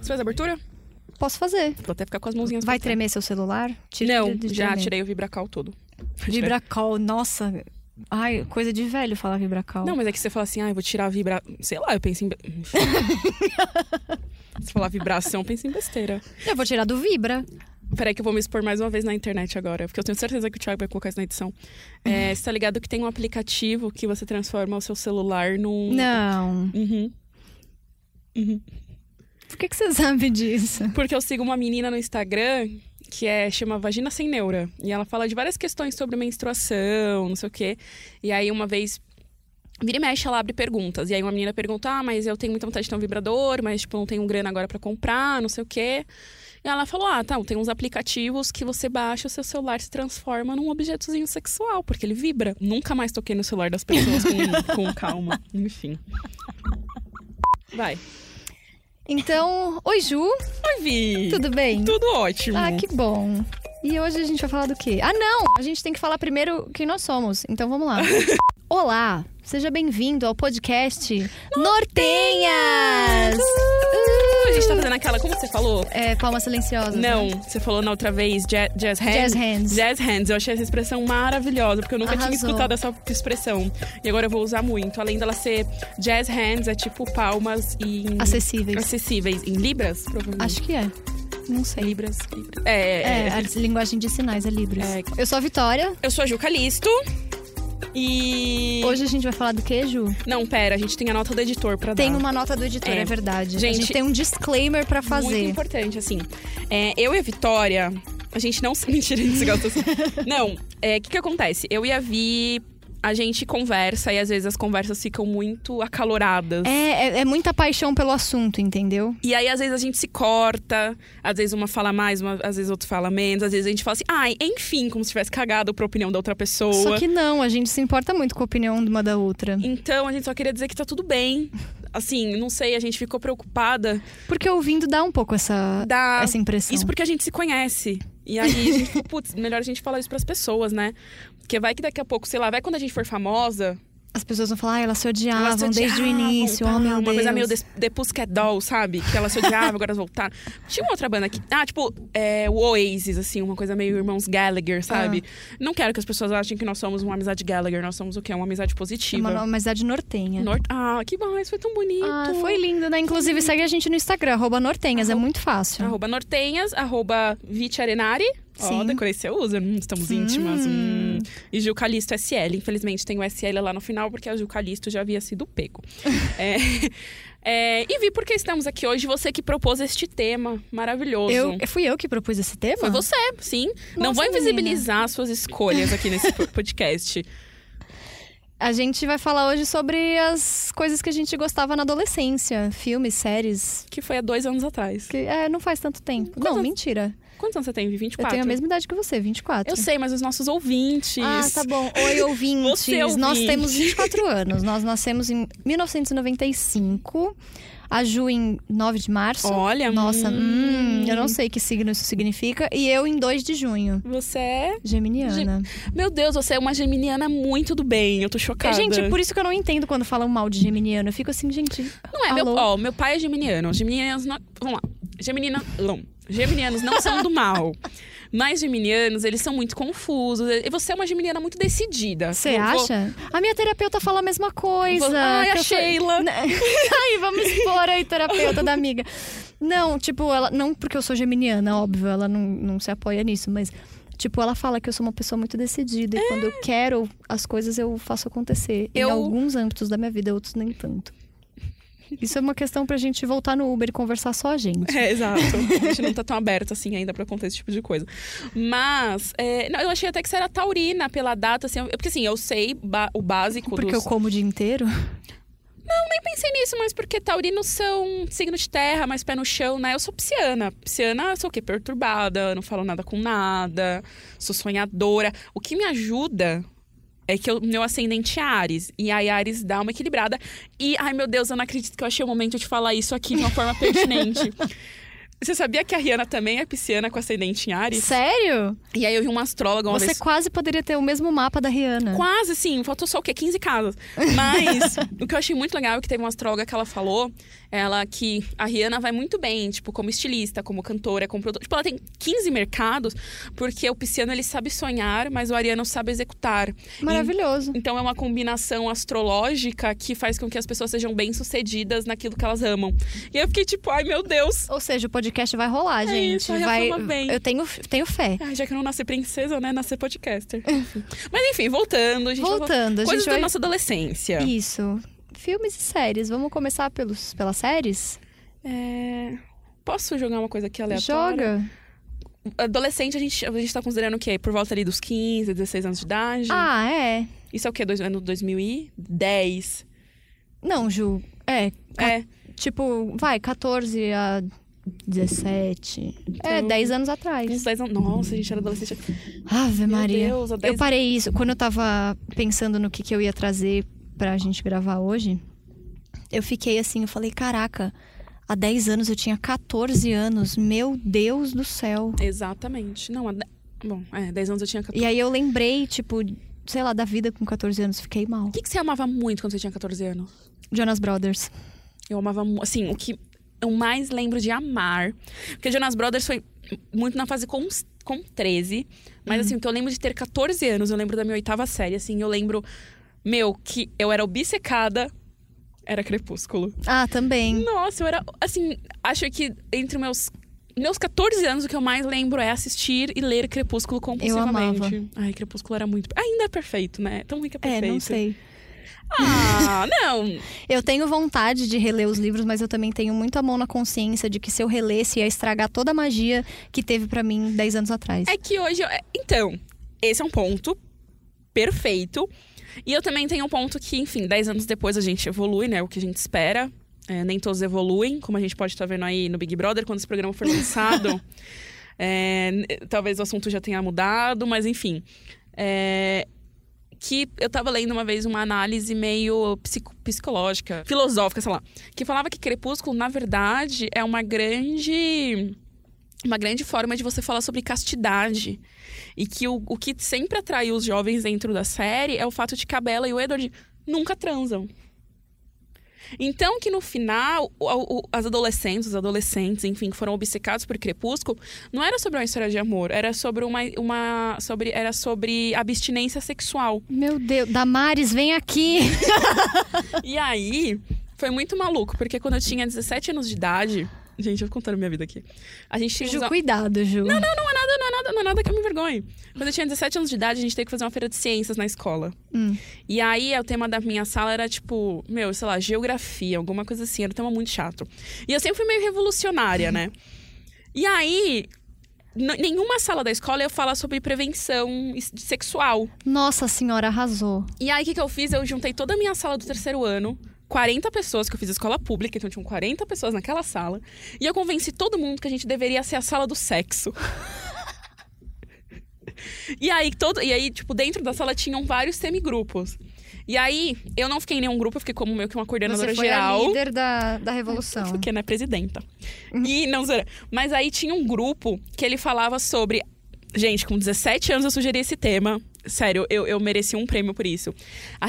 Você faz a abertura? Posso fazer. Vou até ficar com as mãozinhas. Vai pra tremer seu celular? trás. Tira- Não, tira de já tremer. tirei o vibracal todo. Vibracol, nossa. Ai, coisa de velho falar vibracol. Não, mas é que você fala assim, ah, eu vou tirar a vibra... Sei lá, eu penso em... be- Enfim. Se falar vibração, eu penso em besteira. Eu vou tirar do vibra. Peraí que eu vou me expor mais uma vez na internet agora, porque eu tenho certeza que o Thiago vai colocar isso na edição. É, você tá ligado que tem um aplicativo que você transforma o seu celular num... Não. Uhum. Por que, que você sabe disso? Porque eu sigo uma menina no Instagram que é chama Vagina Sem Neura. E ela fala de várias questões sobre menstruação, não sei o quê. E aí, uma vez, vira e mexe, ela abre perguntas. E aí, uma menina pergunta: Ah, mas eu tenho muita vontade de ter um vibrador, mas, tipo, não tenho grana agora pra comprar, não sei o quê. E ela falou: Ah, tá, tem uns aplicativos que você baixa, o seu celular se transforma num objetozinho sexual, porque ele vibra. Nunca mais toquei no celular das pessoas com, com calma. Enfim. Vai. Então, oi Ju, Oi, Vi. tudo bem? Tudo ótimo. Ah, que bom. E hoje a gente vai falar do quê? Ah, não! A gente tem que falar primeiro quem nós somos. Então vamos lá. Olá, seja bem-vindo ao podcast Nortenhas! A gente tá Uh! fazendo aquela, como você falou? É, palmas silenciosas. Não, né? você falou na outra vez ja- É. jazz hands. Jazz hands. Jazz hands. Eu achei essa expressão maravilhosa, porque eu nunca tinha Arrasou. escutado essa expressão. E agora eu vou usar muito. Além dela ser jazz hands, é tipo palmas em... Acessíveis. acessíveis. Em libras, provavelmente. Acho que é. Não sei. Libras, libras. É, É, é. a linguagem de sinais é Libras. É. Eu sou a Vitória. Eu sou a Ju Calisto. E... Hoje a gente vai falar do que, Ju? Não, pera, a gente tem a nota do editor pra Tem dar. uma nota do editor, é, Tá É. verdade. a Gente- gente tem um disclaimer pra Muito fazer. importante, assim. É, eu e a Vitória, a gente não se mentira, a gente se gosta assim. Não, o que, que acontece? Eu e a Vi, a gente conversa e às vezes as conversas ficam muito acaloradas. É, é, é muita paixão pelo assunto, entendeu? E aí, às vezes, a gente se corta, às vezes uma fala mais, uma- às vezes outra fala menos, às vezes a gente fala assim, ai, enfim, como se tivesse cagado pra opinião da outra Só pessoa. que não, a gente se importa muito com a opinião de uma da outra. Então, a gente só queria dizer que tá tudo bem. Assim, não sei, a gente ficou preocupada Porque ouvindo dá um pouco essa, da essa impressão. Isso porque a gente se conhece. E aí, a gente, tipo, putz, melhor a gente falar isso pras pessoas, né? Porque vai que daqui a pouco, sei lá, vai quando a gente for famosa. As pessoas vão falar, ah, elas se odiavam elas se desde o odiavam, início, pá, oh meu Uma Deus. coisa meio des- The Pussycat Doll, sabe? Que elas se odiavam, agora elas voltaram. Tinha uma outra banda aqui. Ah, tipo, é, o Oasis, assim, uma coisa meio Irmãos Gallagher, sabe? Ah. Não quero que as pessoas achem que nós somos uma amizade Gallagher. Nós somos o quê? Uma amizade É uma, positiva. uma amizade nortenha. Nor- Ah, que bom, isso foi tão bonito. Ah, foi lindo, né? Inclusive, segue a gente no Instagram, arroba nortenhas, é Arroba- muito fácil. Arroba Nortenhas, arroba Vite Arenari. Ó, Sim. decorei seu user. Hum, estamos íntimas. hum. E Gil Calisto SL. Infelizmente tem o SL lá no final, porque a Gil Calisto já havia sido pego. É, é, e vi porque estamos aqui hoje. Você que propôs este tema maravilhoso. Eu, fui eu que propus esse tema? Foi você, sim. Não Nossa, vou invisibilizar suas escolhas aqui nesse po- podcast. A gente vai falar hoje sobre as coisas que a gente gostava na adolescência. Filmes, séries. Que foi há dois anos atrás. Que, é, não faz tanto tempo. Quantos não, anos- mentira. Quantos anos você tem? Vi 24? Eu tenho a mesma idade que você, 24. Eu sei, mas os nossos ouvintes. Ah, tá bom. Oi, ouvintes. Você, é ouvinte. Nós temos 24 anos. Nós nascemos em 1995. A Ju em 9 de março. Olha, Nossa, hum, hum, eu não sei que signo isso significa. E eu em 2 de junho. Você é Geminiana. Meu Deus, você é uma geminiana muito do bem. Eu tô chocada. Gente, por isso que eu não entendo quando falam mal de geminiano. Eu fico assim, gente. não é meu, alô? ó, meu pai é geminiano. Os Geminianos não, vamos lá. Geminina, não. Geminianos não são do mal. Mas geminianos, eles são muito confusos. E você é uma geminiana muito decidida. Você Eu vou- acha? A minha terapeuta fala a mesma coisa. vou- Ai, que a eu sou- Né? Sheila. Ai, vamos expor aí, terapeuta da amiga. Não, tipo, ela. Não porque eu sou geminiana, óbvio, ela não, não se apoia nisso, mas. Tipo, ela fala que eu sou uma pessoa muito decidida e quando eu quero as coisas eu faço acontecer. Em É. Eu- alguns âmbitos da minha vida, outros nem tanto. Isso é uma questão pra gente voltar no Uber e conversar só a gente. É, exato. A gente não tá tão aberto assim ainda pra contar esse tipo de coisa. Mas, é, não, eu achei até que você era taurina pela data, assim. eu- Porque, assim, eu sei ba- o básico Porque eu dos... como o dia inteiro. pensei nisso, mas porque taurinos são signo de terra, mais pé no chão, né? Eu sou pisciana. Pisciana, sou o quê? Perturbada, não falo nada com nada, sou sonhadora. O que me ajuda é que o meu ascendente é Ares. E aí Ares dá uma equilibrada. E, ai meu Deus, eu não acredito que eu achei o momento de falar isso aqui de uma forma pertinente. Você sabia que a Rihanna também é pisciana com ascendente em Ares? Sério? E aí eu vi uma astróloga uma Você vez. quase poderia ter o mesmo mapa da Rihanna. Quase, assim, faltou só o quê? 15 casas. Mas o que eu achei muito legal é que teve uma astróloga que ela falou, ela que a Rihanna vai muito bem, tipo, como estilista, como cantora, como produtora. Tipo, ela tem 15 mercados, porque o pisciano, ele sabe sonhar, mas o ariano sabe executar. Maravilhoso. Então é uma combinação astrológica que faz com que as pessoas sejam bem-sucedidas naquilo que elas amam. E eu fiquei tipo, ai meu Deus. Ou seja, o podcast vai rolar, gente. É isso, a Rihanna vai... falou bem. Eu tenho, tenho fé. Ai, Ah, já que eu não nasci princesa, né? Nascer podcaster. Enfim. Mas enfim, voltando, a gente vai voltar- Voltando, a Coisas gente da vai... nossa adolescência. Isso. Filmes e séries. Vamos começar pelos, pelas séries? É, Posso jogar uma coisa aqui aleatória? Joga. Adolescente, a gente, a gente tá considerando o quê? Por volta ali dos 15, 16 anos de idade. Ah, é. Isso é o quê? Dois, ano 2010. Não, Ju. É, É. tipo, vai, 14 a 17. É, Então- 10 anos atrás. Uns 10 anos. Nossa, a gente era adolescente. Ave Maria. Meu Deus, há 10 Eu parei isso. Quando eu tava pensando no que, que eu ia trazer pra gente gravar hoje, eu fiquei assim, eu falei, caraca, há 10 anos eu tinha 14 anos. Meu Deus do céu. Exatamente. Não, há de- Bom, é, 10 anos eu tinha 14. E aí eu lembrei, tipo, sei lá, da vida com 14 anos, fiquei mal. O que, que você amava muito quando você tinha 14 anos? Jonas Brothers. Eu amava, mu- assim, o que eu mais lembro de amar. Porque Jonas Brothers foi muito na fase com, os- com 13. Uhum. Mas, assim, o que eu lembro de ter 14 anos, eu lembro da minha oitava série, assim, eu lembro, meu, que eu era obcecada. Era crepúsculo. Ah, também. Nossa, eu era. Assim, acho que entre meus. Meus 14 anos, o que eu mais lembro é assistir e ler Crepúsculo compulsivamente. Ai, Crepúsculo era muito. Ainda é perfeito, né? Tão rica é É, perfeito. não sei. Ah, não. Eu tenho vontade de reler os livros, mas eu também tenho muito a mão na consciência de que se eu relesse ia estragar toda a magia que teve pra mim 10 anos atrás. É que hoje. eu- é, Então, esse é um ponto perfeito. E eu também tenho um ponto que, enfim, 10 anos depois a gente evolui, né? O que a gente espera. É, nem todos evoluem, como a gente pode estar vendo aí no Big Brother, quando esse programa for lançado. É, n- talvez o assunto já tenha mudado, mas enfim. É, que eu tava lendo uma vez uma análise meio psico- psicológica, filosófica, sei lá, que falava que Crepúsculo, na verdade, é uma grande uma grande forma de você falar sobre castidade. E que o, o que sempre atraiu os jovens dentro da série é o fato de que a Bella e o Edward nunca transam. Então que no final, o- o- as adolescentes, os adolescentes, enfim, que foram obcecados por Crepúsculo, não era sobre uma história de amor, era sobre uma, uma sobre, era sobre abstinência sexual. Meu Deus, Damares, vem aqui! E aí, foi muito maluco, porque quando eu tinha 17 anos de idade, gente, eu vou contar minha vida aqui. A gente tinha uns Ju, cuidado, Ju. Não, não. Não é nada, não é nada, não é nada que eu me envergonhe. Quando eu tinha 17 anos de idade, a gente teve que fazer uma feira de ciências na escola. Hum. E aí, o tema da minha sala era tipo, meu, sei lá, geografia, alguma coisa assim. Era um tema muito chato. E eu sempre fui meio revolucionária, né? E aí, n- nenhuma sala da escola eu falar sobre prevenção es- sexual. Nossa senhora, arrasou. E aí, o que, que eu fiz? Eu juntei toda a minha sala do terceiro ano. 40 pessoas, que eu fiz escola pública, então tinham 40 pessoas naquela sala. E eu convenci todo mundo que a gente deveria ser a sala do sexo. e, aí, todo, e aí, tipo, dentro da sala tinham vários semigrupos. E aí, eu não fiquei em nenhum grupo, eu fiquei como meio que uma coordenadora Você foi geral. a líder da, da revolução. Porque, né, presidenta. E não zoeira. Mas aí tinha um grupo que ele falava sobre. Gente, com 17 anos eu sugeri esse tema. Sério, eu, eu mereci um prêmio por isso. A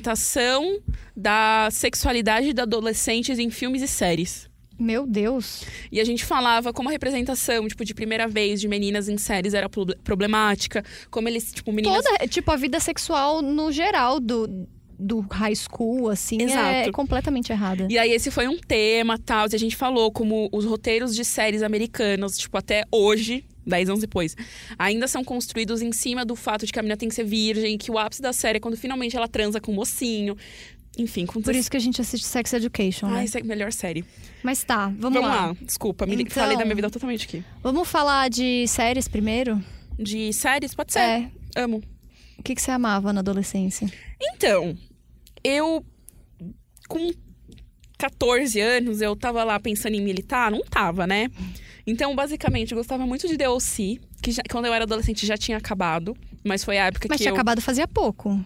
representação da sexualidade de adolescentes em filmes e séries. Meu Deus. E a gente falava como a representação, tipo, de primeira vez de meninas em séries era prob- problemática. Como eles, tipo, meninas. Toda, tipo, a vida sexual no geral do, do high school, assim, é Exato. completamente errada. E aí esse foi um tema, tal, e a gente falou como os roteiros de séries americanas, tipo, até hoje, 10 anos depois, ainda são construídos em cima do fato de que a menina tem que ser virgem, que o ápice da série é quando finalmente ela transa com o mocinho. Enfim, com Por isso que a gente assiste Sex Education, Ai, né? essa é a melhor série. Mas tá, vamos, Vamos, lá. lá. desculpa, me Então- falei da minha vida totalmente aqui. Vamos falar de séries primeiro? De séries, pode ser. É. Amo. O que, que você amava na adolescência? Então, eu com 14 anos, eu tava lá pensando em militar, não tava, né? Então, basicamente, eu gostava muito de DLC, que já- quando eu era adolescente já tinha acabado, mas foi a época Mas que tinha eu acabado fazia pouco.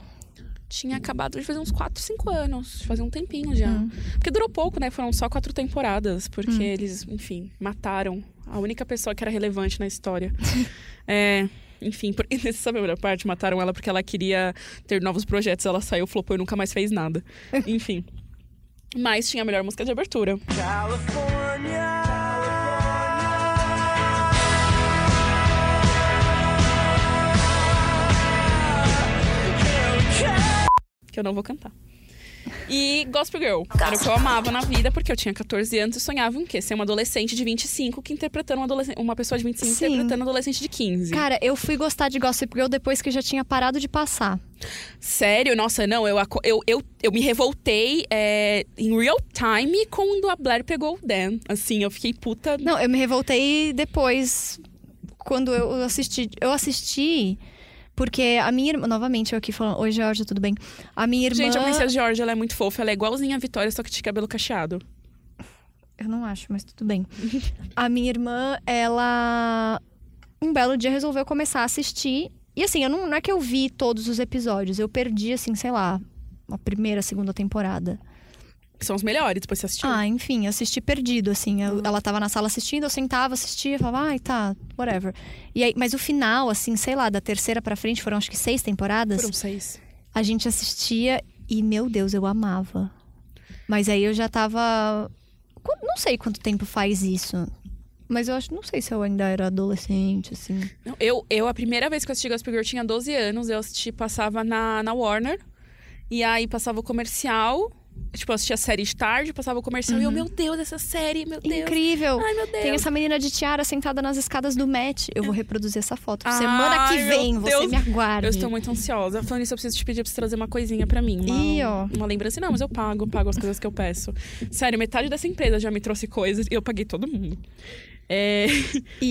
Tinha acabado de fazer uns 4, 5 anos. Fazia um tempinho já. Porque durou pouco, né? Foram só quatro temporadas. Porque Hum. eles, enfim, mataram a única pessoa que era relevante na história. é. Enfim, por... você sabe a melhor parte? Mataram ela porque ela queria ter novos projetos. Ela saiu, flopou e nunca mais fez nada. Enfim. Mas tinha a melhor música de abertura. que eu não vou cantar. E Gospel Girl. Era o que eu amava na vida, porque eu tinha 14 anos e sonhava em quê? Ser uma adolescente de 25 que interpretando um adolescente, uma pessoa de 25 Sim. interpretando um adolescente de 15. Cara, eu fui gostar de Gossip Girl depois que já tinha parado de passar. Sério? Nossa, não, eu, aco- eu, eu, eu me revoltei é, em real time quando a Blair pegou o Dan. Assim, eu fiquei puta. Não, eu me revoltei depois quando eu assisti. Eu assisti porque a minha irmã. Novamente, eu aqui falando. Oi, Georgia, tudo bem? A minha irmã. Gente, eu conheci a Georgia, ela é muito fofa, ela é igualzinha a Vitória, só que de cabelo cacheado. Eu não acho, mas tudo bem. A minha irmã, ela. Um belo dia resolveu começar a assistir. E assim, eu não, não é que eu vi todos os episódios. Eu perdi, assim, sei lá, a primeira, segunda temporada. Que são os melhores, depois você assistiu. Uhum. Ah, enfim, assisti perdido, assim. Eu- Ela tava na sala assistindo, eu sentava, assistia, falava, ai, tá, whatever. E aí, mas o final, assim, sei lá, da terceira pra frente, foram acho que seis temporadas, Foram seis. a gente assistia e, meu Deus, eu amava. Mas aí eu já tava. Qu- Não sei quanto tempo faz isso. Mas eu acho, não sei se eu ainda era adolescente, assim. Não, Eu, eu, a primeira vez que eu assisti Gossip Girl, eu tinha 12 anos. Eu assisti, passava na, na Warner. E aí passava o comercial. Tipo, eu assistia a série de tarde, passava o comercial. E eu, meu Deus, essa série, meu Deus. Uhum. Incrível! Ai, meu Deus. Tem essa menina de tiara sentada nas escadas do Met. Eu vou reproduzir essa foto. Ai, Semana que meu vem, você Deus. me aguarde. Eu estou muito ansiosa. Falando isso, eu preciso te pedir pra você trazer uma coisinha pra mim. Uma, Ih, ó. uma lembrança. Não, mas eu pago, eu pago as coisas que eu peço. Sério, metade dessa empresa já me trouxe coisas e eu paguei todo mundo. É...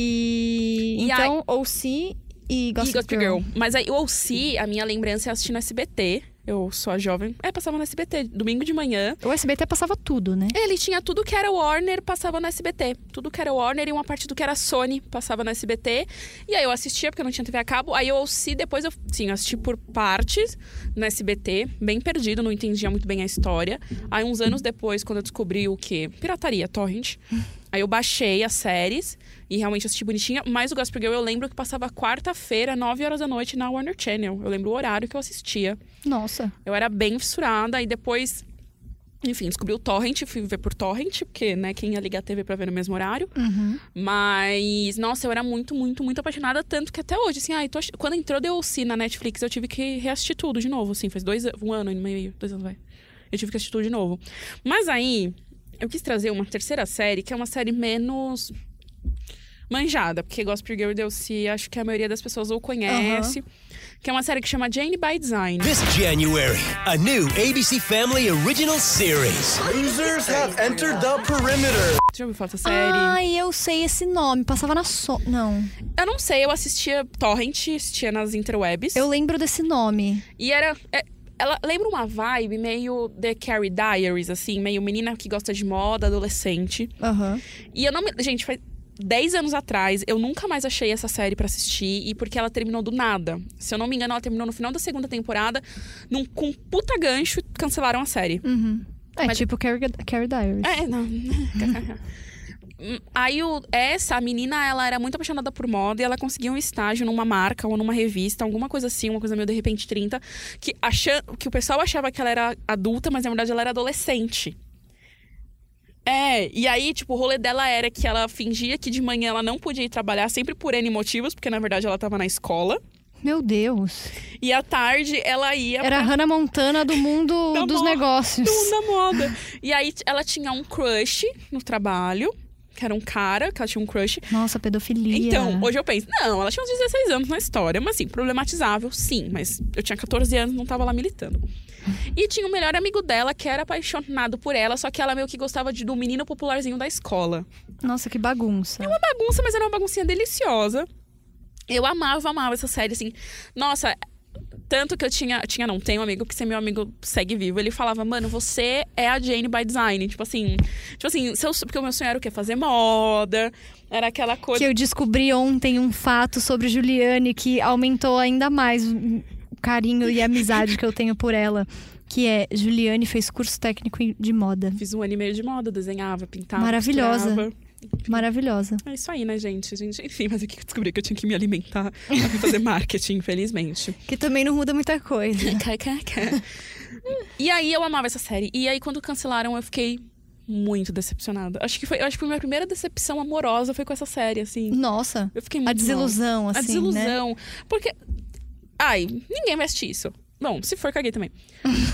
E, E então, ou se e Gossip, e Gossip Girl. Mas aí, o OC, a minha lembrança é assistir no SBT. Eu sou a jovem. É, passava no SBT, domingo de manhã. O SBT passava tudo, né? Ele tinha tudo que era Warner, passava no SBT. Tudo que era Warner e uma parte do que era Sony, passava no SBT. E aí eu assistia, porque eu não tinha TV a cabo. Aí eu ouci, depois eu, sim, eu assisti por partes no SBT, bem perdido, não entendia muito bem a história. Aí uns anos depois, quando eu descobri o quê? Pirataria, torrent. Aí eu baixei as séries e realmente assisti bonitinha. Mas o Gossip Girl eu lembro que passava quarta-feira, 9 horas da noite, na Warner Channel. Eu lembro o horário que eu assistia. Nossa. Eu era bem fissurada e depois, enfim, descobri o torrent, fui ver por torrent, porque, né, quem ia ligar a TV pra ver no mesmo horário. Mas, nossa, eu era muito, muito, muito apaixonada, tanto que até hoje, assim, ai, tô ach- quando entrou The OC na Netflix, eu tive que reassistir tudo de novo, assim, faz dois, an- um ano e meio, dois anos, vai. Eu tive que assistir tudo de novo. Mas aí, eu quis trazer uma terceira série, que é uma série menos manjada, porque Gossip Girl e The OC, acho que a maioria das pessoas ou conhece, que é uma série que chama Jane by Design. This January, a new ABC Family original series. Users have entered the perimeter. Você já ouviu falar dessa série? Ai, eu sei esse nome. Passava na so... Não. Ah, Eu não sei, eu assistia Torrent, assistia nas interwebs. Eu lembro desse nome. E era. é- ela lembra uma vibe meio The Carrie Diaries, assim, meio menina que gosta de moda, adolescente. Aham. E eu não me. Gente, faz 10 anos atrás, eu nunca mais achei essa série pra assistir e porque ela terminou do nada. Se eu não me engano, ela terminou no final da segunda temporada, num, com um puta gancho, e cancelaram a série. É tipo Carrie, Carrie Diaries. É, não. Hum, Aí o- essa a menina, ela era muito apaixonada por moda e ela conseguiu um estágio numa marca ou numa revista, alguma coisa assim, uma coisa meio de repente 30, que, acha, que o pessoal achava que ela era adulta, mas na verdade ela era adolescente. É, e aí, tipo, o rolê dela era que ela fingia que de manhã ela não podia ir trabalhar, sempre por N motivos, porque na verdade ela tava na escola. Meu Deus. E à tarde ela ia Era a Hannah Montana do mundo Da dos moda. negócios. é. Tá do mundo da moda. E aí t- ela tinha um crush no trabalho, que era um cara, que ela tinha um crush. Nossa, pedofilia. Então, hoje eu penso, não, ela tinha uns 16 anos na história, mas assim, problematizável, sim, mas eu tinha 14 anos, não tava lá militando. E tinha o melhor amigo dela que era apaixonado por ela, só que ela meio que gostava de, do menino popularzinho da escola. Nossa, que bagunça. Uma bagunça, mas era uma baguncinha deliciosa. Eu amava, amava essa série, assim. Nossa, tanto que eu tinha. Tinha, não, tem um amigo, que se meu amigo segue vivo. Ele falava, mano, você é a Jane by design. Tipo assim. Tipo assim, seu, porque o meu sonho era o quê? Fazer moda. Era aquela coisa. Que eu descobri ontem um fato sobre Juliane que aumentou ainda mais carinho e amizade que eu tenho por ela. Que é, Juliane fez curso técnico em- de moda. Fiz um ano e meio de moda, desenhava, pintava. Maravilhosa. costurava. Maravilhosa. É isso aí, né, gente? A gente enfim, mas aqui que eu descobri que eu tinha que me alimentar pra fazer marketing, infelizmente. Que também não muda muita coisa. e aí eu amava essa série. E aí, quando cancelaram, eu fiquei muito decepcionada. Acho que foi, eu acho que foi a minha primeira decepção amorosa foi com essa série, assim. Nossa, Eu fiquei muito a mal. desilusão, assim, a né? desilusão. Porque. Ai, ninguém vai assistir isso. Bom, se for, caguei também.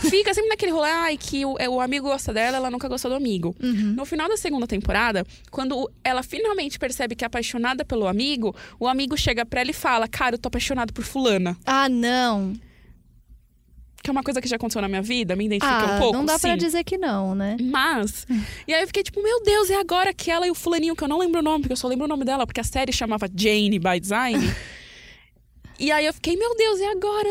Fica sempre naquele rolê, ai, que o, é, o amigo gosta dela, ela nunca gostou do amigo. Uhum. No final da segunda temporada, quando ela finalmente percebe que é apaixonada pelo amigo, o amigo chega pra ela e fala: Cara, eu tô apaixonado por Fulana. Ah, não. Que é uma coisa que já aconteceu na minha vida, me identifica Ah, um pouco. não dá pra sim. dizer que não, né? Mas. e aí eu fiquei tipo, meu Deus, é agora que ela e o fulaninho, que eu não lembro o nome, porque eu só lembro o nome dela, porque a série chamava Jane by Design. e aí eu fiquei, meu Deus, é agora?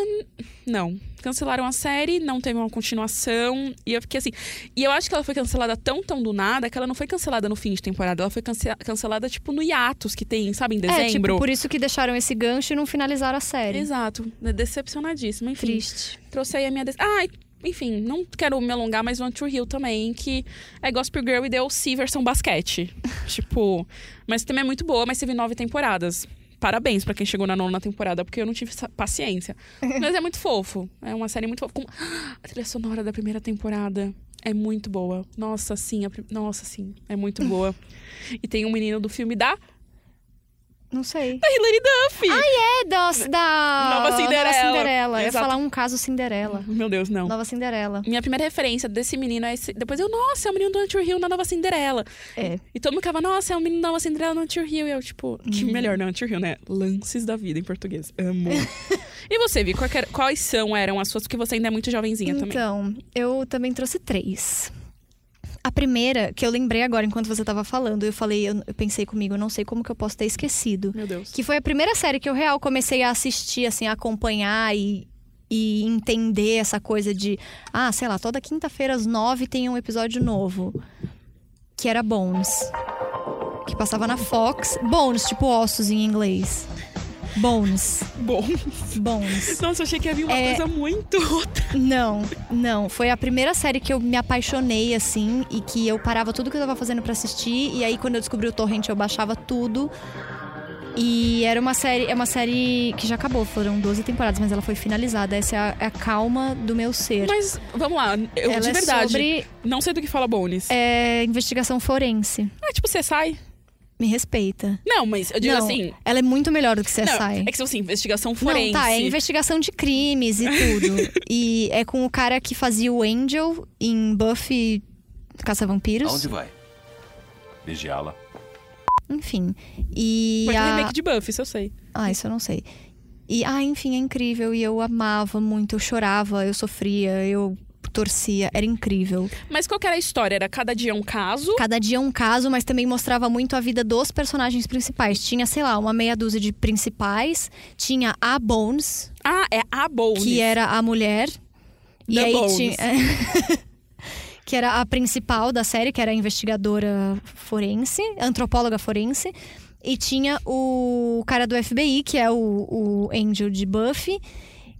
Não. Cancelaram a série, não teve uma continuação. E eu fiquei assim. E eu acho que ela foi cancelada tão, tão do nada que ela não foi cancelada no fim de temporada. Ela foi cance- cancelada, tipo, no hiatus que tem, sabe, em dezembro. É, tipo, por isso que deixaram esse gancho e não finalizaram a série. Exato. é Decepcionadíssima, enfim Triste. trouxe aí a minha. des- Ah, e- enfim, não quero me alongar, mas One True Hill também, que é Gospel Girl e deu C versão basquete. tipo, mas também é muito boa, mas teve nove temporadas. Parabéns pra quem chegou na nona temporada, porque eu não tive essa paciência. Mas é muito fofo. É uma série muito fofa. Com- A trilha sonora da primeira temporada é muito boa. Nossa, sim. a prim- Nossa, sim. É muito boa. E tem um menino do filme da Não sei. Hilary Duff. É da, da Nova Cinderela. Nova Cinderela. Eu ia Exato. Hum. falar um caso Cinderela. Meu Deus, não. Nova Cinderela. Minha primeira referência desse menino é esse. Depois eu, nossa, é o menino do Nature Hill na nova Cinderela. É. E todo mundo ficava, nossa, é o menino da nova Cinderela no Nature Hill. E eu, tipo, Uhum. que melhor não Nature Hill, né? Lances da vida em português. Amo. e você, Vi, qual que era- quais são, eram as suas? Porque você ainda é muito jovenzinha também. Então, eu também trouxe três. A primeira, que eu lembrei agora enquanto você tava falando, eu falei, eu, eu pensei comigo, eu não sei como que eu posso ter esquecido. Meu Deus. Que foi a primeira série que eu real comecei a assistir, assim, a acompanhar e, e entender essa coisa de, ah, sei lá, toda quinta-feira às nove tem um episódio novo. Que era Bones. Que passava na Fox. Bones, tipo ossos em inglês. Bones. Bom. Bones. Nossa, eu achei que ia vir uma É. coisa muito outra. Não, não. Foi a primeira série que eu me apaixonei, assim, e que eu parava tudo que eu tava fazendo pra assistir. E aí, quando eu descobri o Torrent, eu baixava tudo. E era uma série, é uma série que já acabou, foram 12 temporadas, mas ela foi finalizada. Essa é a, é a calma do meu ser. Mas vamos lá, eu ela de é verdade. sobre Não sei do que fala Bones. É, é, investigação forense. tipo, você sai? Me respeita. Não, mas eu digo não, assim. ela é muito melhor do que CSI. Não, é que assim, investigação forense. Não, tá, é investigação de crimes e tudo. e é com o cara que fazia o Angel em Buffy Caça-Vampiros. Aonde vai? Vigiá-la. Enfim. E. Foi um a- remake de Buff, isso eu sei. Ah, isso eu não sei. E, ah, enfim, é incrível. E eu amava muito, eu chorava, eu sofria, eu torcia, era incrível. Mas qual que era a história? Era cada dia um caso? Cada dia um caso, mas também mostrava muito a vida dos personagens principais. Tinha, sei lá, uma meia dúzia de principais, tinha a Bones, Ah, é a Bones. que era a mulher. E The aí Bones. tinha. que era a principal da série, que era a investigadora forense, antropóloga forense. E tinha o cara do FBI, que é o, o Angel de Buffy.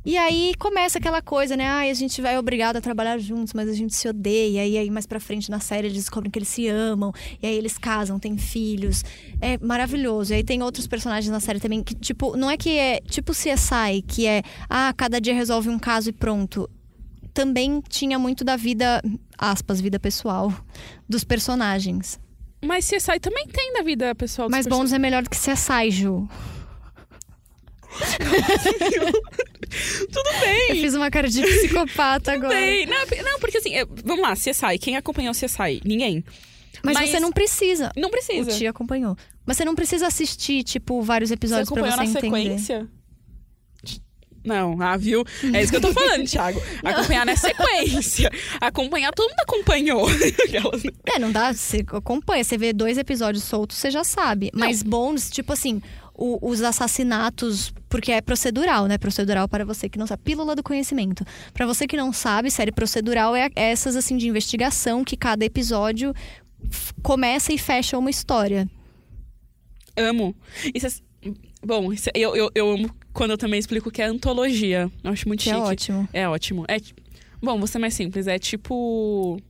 E aí começa aquela coisa, né? Ai, a gente vai obrigado a trabalhar juntos, mas a gente se odeia. E aí, mais pra frente na série, eles descobrem que eles se amam. E aí eles casam, têm filhos. É maravilhoso. E aí tem outros personagens na série também que, tipo, não é que é tipo CSI, que é, ah, cada dia resolve um caso e pronto. Também tinha muito da vida, aspas, vida pessoal, dos personagens. Mas CSI também tem na vida pessoal. dos Mas Bones é melhor do que CSI, Ju. personagens. Tudo bem. Eu fiz uma cara de psicopata agora. Bem, não, não, porque assim, é, vamos lá, CSI. Quem acompanhou o CSI? Ninguém. Mas, Mas- você não precisa. Não precisa. O tio acompanhou. Mas você não precisa assistir, tipo, vários você episódios pra acompanhou você na entender. sequência? Não, ah, viu? É isso que eu tô falando, Thiago. Acompanhar na sequência. Acompanhar, todo mundo acompanhou. Aquelas- É, não dá, você acompanha, você vê dois episódios soltos, você já sabe. Mas Bones, tipo assim, o- os assassinatos, porque é procedural, né? Procedural para você que não sabe, pílula do conhecimento. Pra você que não sabe, série procedural é, é essas assim de investigação que cada episódio f- começa e fecha uma história. Amo. E cês- Bom, isso- eu, eu, eu amo quando eu também explico o que é antologia. Eu acho muito Que é chique. ótimo. É ótimo. É, ti- bom, vou ser mais simples. É tipo.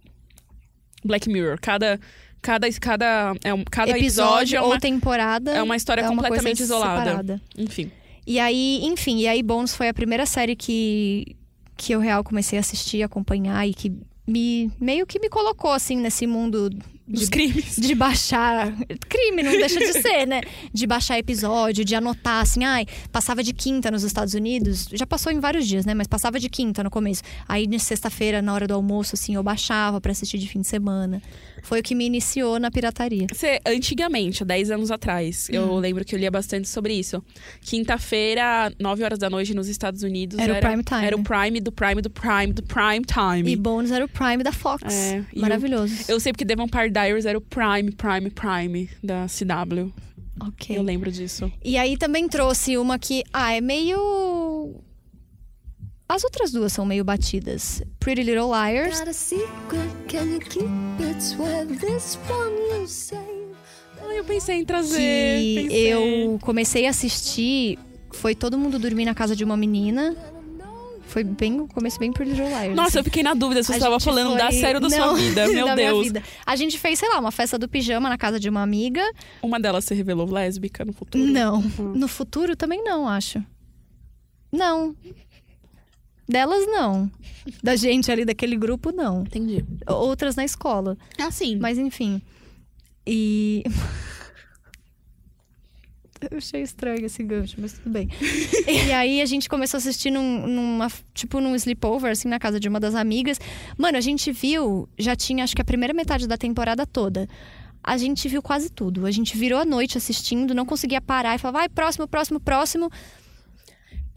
Black Mirror. Cada. Cada, cada, é um, cada episódio, é uma, ou temporada. é uma história é uma coisa completamente isolada. separada. Enfim. E aí, enfim, e aí Bones foi a primeira série que, que eu real comecei a assistir, acompanhar e que me meio que me colocou assim nesse mundo Dos de, crimes. de baixar crime, não deixa de ser, né? De baixar episódio, de anotar assim, ai, passava de quinta nos Estados Unidos, já passou em vários dias, né? Mas passava de quinta no começo. Aí de sexta-feira, na hora do almoço, assim, eu baixava pra assistir de fim de semana. Foi o que me iniciou na pirataria. Você, antigamente, há 10 anos atrás, Uhum. eu lembro que eu lia bastante sobre isso. Quinta-feira, 9 horas da noite nos Estados Unidos. Era o prime time, Era o né? prime do prime do prime do prime time. E Bones era o Prime da Fox. É, e o- Maravilhoso. Eu sei porque The Vampire Diaries era o prime, prime, prime da CW. Ok. Eu lembro disso. E aí também trouxe uma que, ah, é meio. As outras duas são meio batidas. Pretty Little Liars. Got a secret, can you keep it? Swear this one you say. Ah, Eu pensei em trazer. Que pensei. eu comecei a assistir. Foi todo mundo dormir na casa de uma menina. Foi bem o começo, bem Pretty Little Liars. Nossa, eu fiquei na dúvida se você A estava gente falando da foi- série ou da sua Não, vida. Meu da minha Deus. vida. A gente fez, sei lá, uma festa do pijama na casa de uma amiga. Uma delas se revelou lésbica no futuro. Não. No futuro também não, acho. Não. Delas não. Da gente ali daquele grupo, não. Entendi. Outras na escola. Ah, sim. Mas enfim. E. Eu achei estranho esse gancho, mas tudo bem. e aí a gente começou a assistir num, numa, tipo, num sleepover, assim, na casa de uma das amigas. Mano, a gente viu, já tinha acho que a primeira metade da temporada toda. A gente viu quase tudo. A gente virou a noite assistindo, não conseguia parar e falava, vai, próximo, próximo, próximo.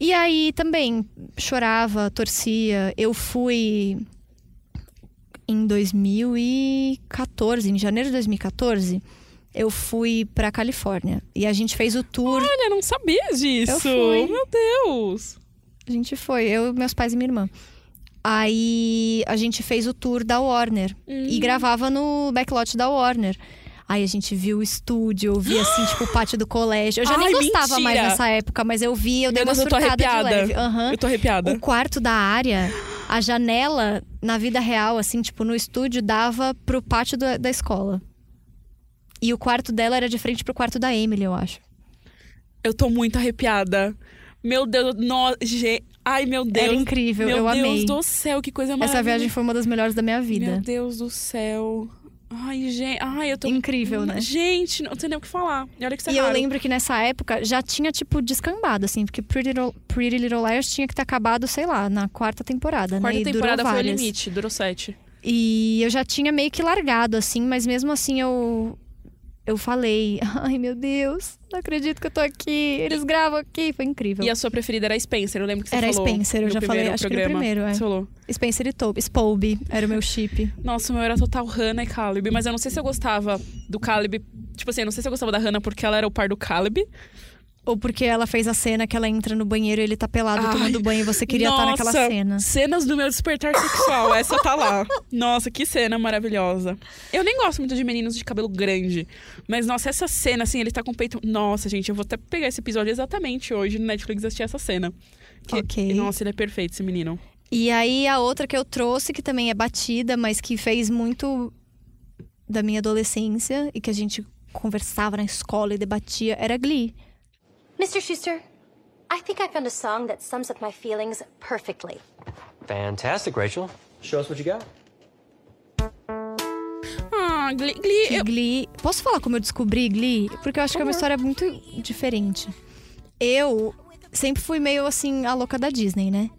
E aí também chorava, torcia. Eu fui em 2014, em janeiro de 2014, eu fui pra Califórnia. E a gente fez o tour. Olha, não sabia disso. Eu fui. Meu Deus. A gente foi, eu, meus pais e minha irmã. Aí a gente fez o tour da Warner. Hum. E gravava no backlot da Warner. Aí a gente viu o estúdio, eu vi assim, tipo, o pátio do colégio. Eu já Ai, nem gostava mentira! mais nessa época, mas eu vi, eu dei Meu uma Deus, eu tô surtada de arrepiada. leve. Aham. Eu tô arrepiada. O quarto da área, a janela, na vida real, assim, tipo, no estúdio, dava pro pátio da, da escola. E o quarto dela era de frente pro quarto da Emily, eu acho. Eu tô muito arrepiada. Meu Deus, no... ge- Ai, meu Deus. Era incrível, meu eu Deus amei. do céu, que coisa Essa maravilhosa. viagem foi uma das melhores da minha Meu vida. Deus do céu. Ai, gente. Ai, eu tô. Incrível, né? Gente, não sei nem o que falar. E olha que você é E eu raro. lembro que nessa época já tinha, tipo, descambado, assim, porque Pretty Little, Pretty Little Liars tinha que ter acabado, sei lá, na quarta temporada, né? Quarta E durou temporada foi o várias. limite, durou sete. E eu já tinha meio que largado, assim, mas mesmo assim eu. Eu falei, ai meu Deus, não acredito que eu tô aqui, eles gravam aqui, foi incrível. E a sua preferida era Spencer, eu lembro que você Era falou. Spencer, eu no já falei, primeiro acho que no programa. primeiro, é. Você falou. Spencer e Toby, Spolby era o meu chip. Nossa, o meu era total Hannah e Caleb. Mas eu não sei se eu gostava do Caleb. Tipo assim, eu não sei se eu gostava da Hannah porque ela era o par do Caleb. Ou porque ela fez a cena que ela entra no banheiro e ele tá pelado Ai, tomando banho e você queria Nossa, estar naquela cena. Cenas do meu despertar sexual. Essa tá lá. Nossa, que cena maravilhosa. Eu nem gosto muito de meninos de cabelo grande. Mas, nossa, essa cena, assim, ele tá com o peito. Nossa, gente, eu vou até pegar esse episódio exatamente hoje no Netflix e assistir essa cena. Que- Ok. Nossa, ele é perfeito, esse menino. E aí a outra que eu trouxe, que também é batida, mas que fez muito da minha adolescência e que a gente conversava na escola e debatia, era Glee. Mr. Schuster, I think I found a song that sums up my feelings perfectly. Fantastic, Rachel. Show us what you got. Ah, Glee. Glee, Que eu- Uhum. Glee. Posso falar como eu descobri Glee? Porque eu acho que é uma história muito diferente. Eu sempre fui meio assim, a louca da Disney, né?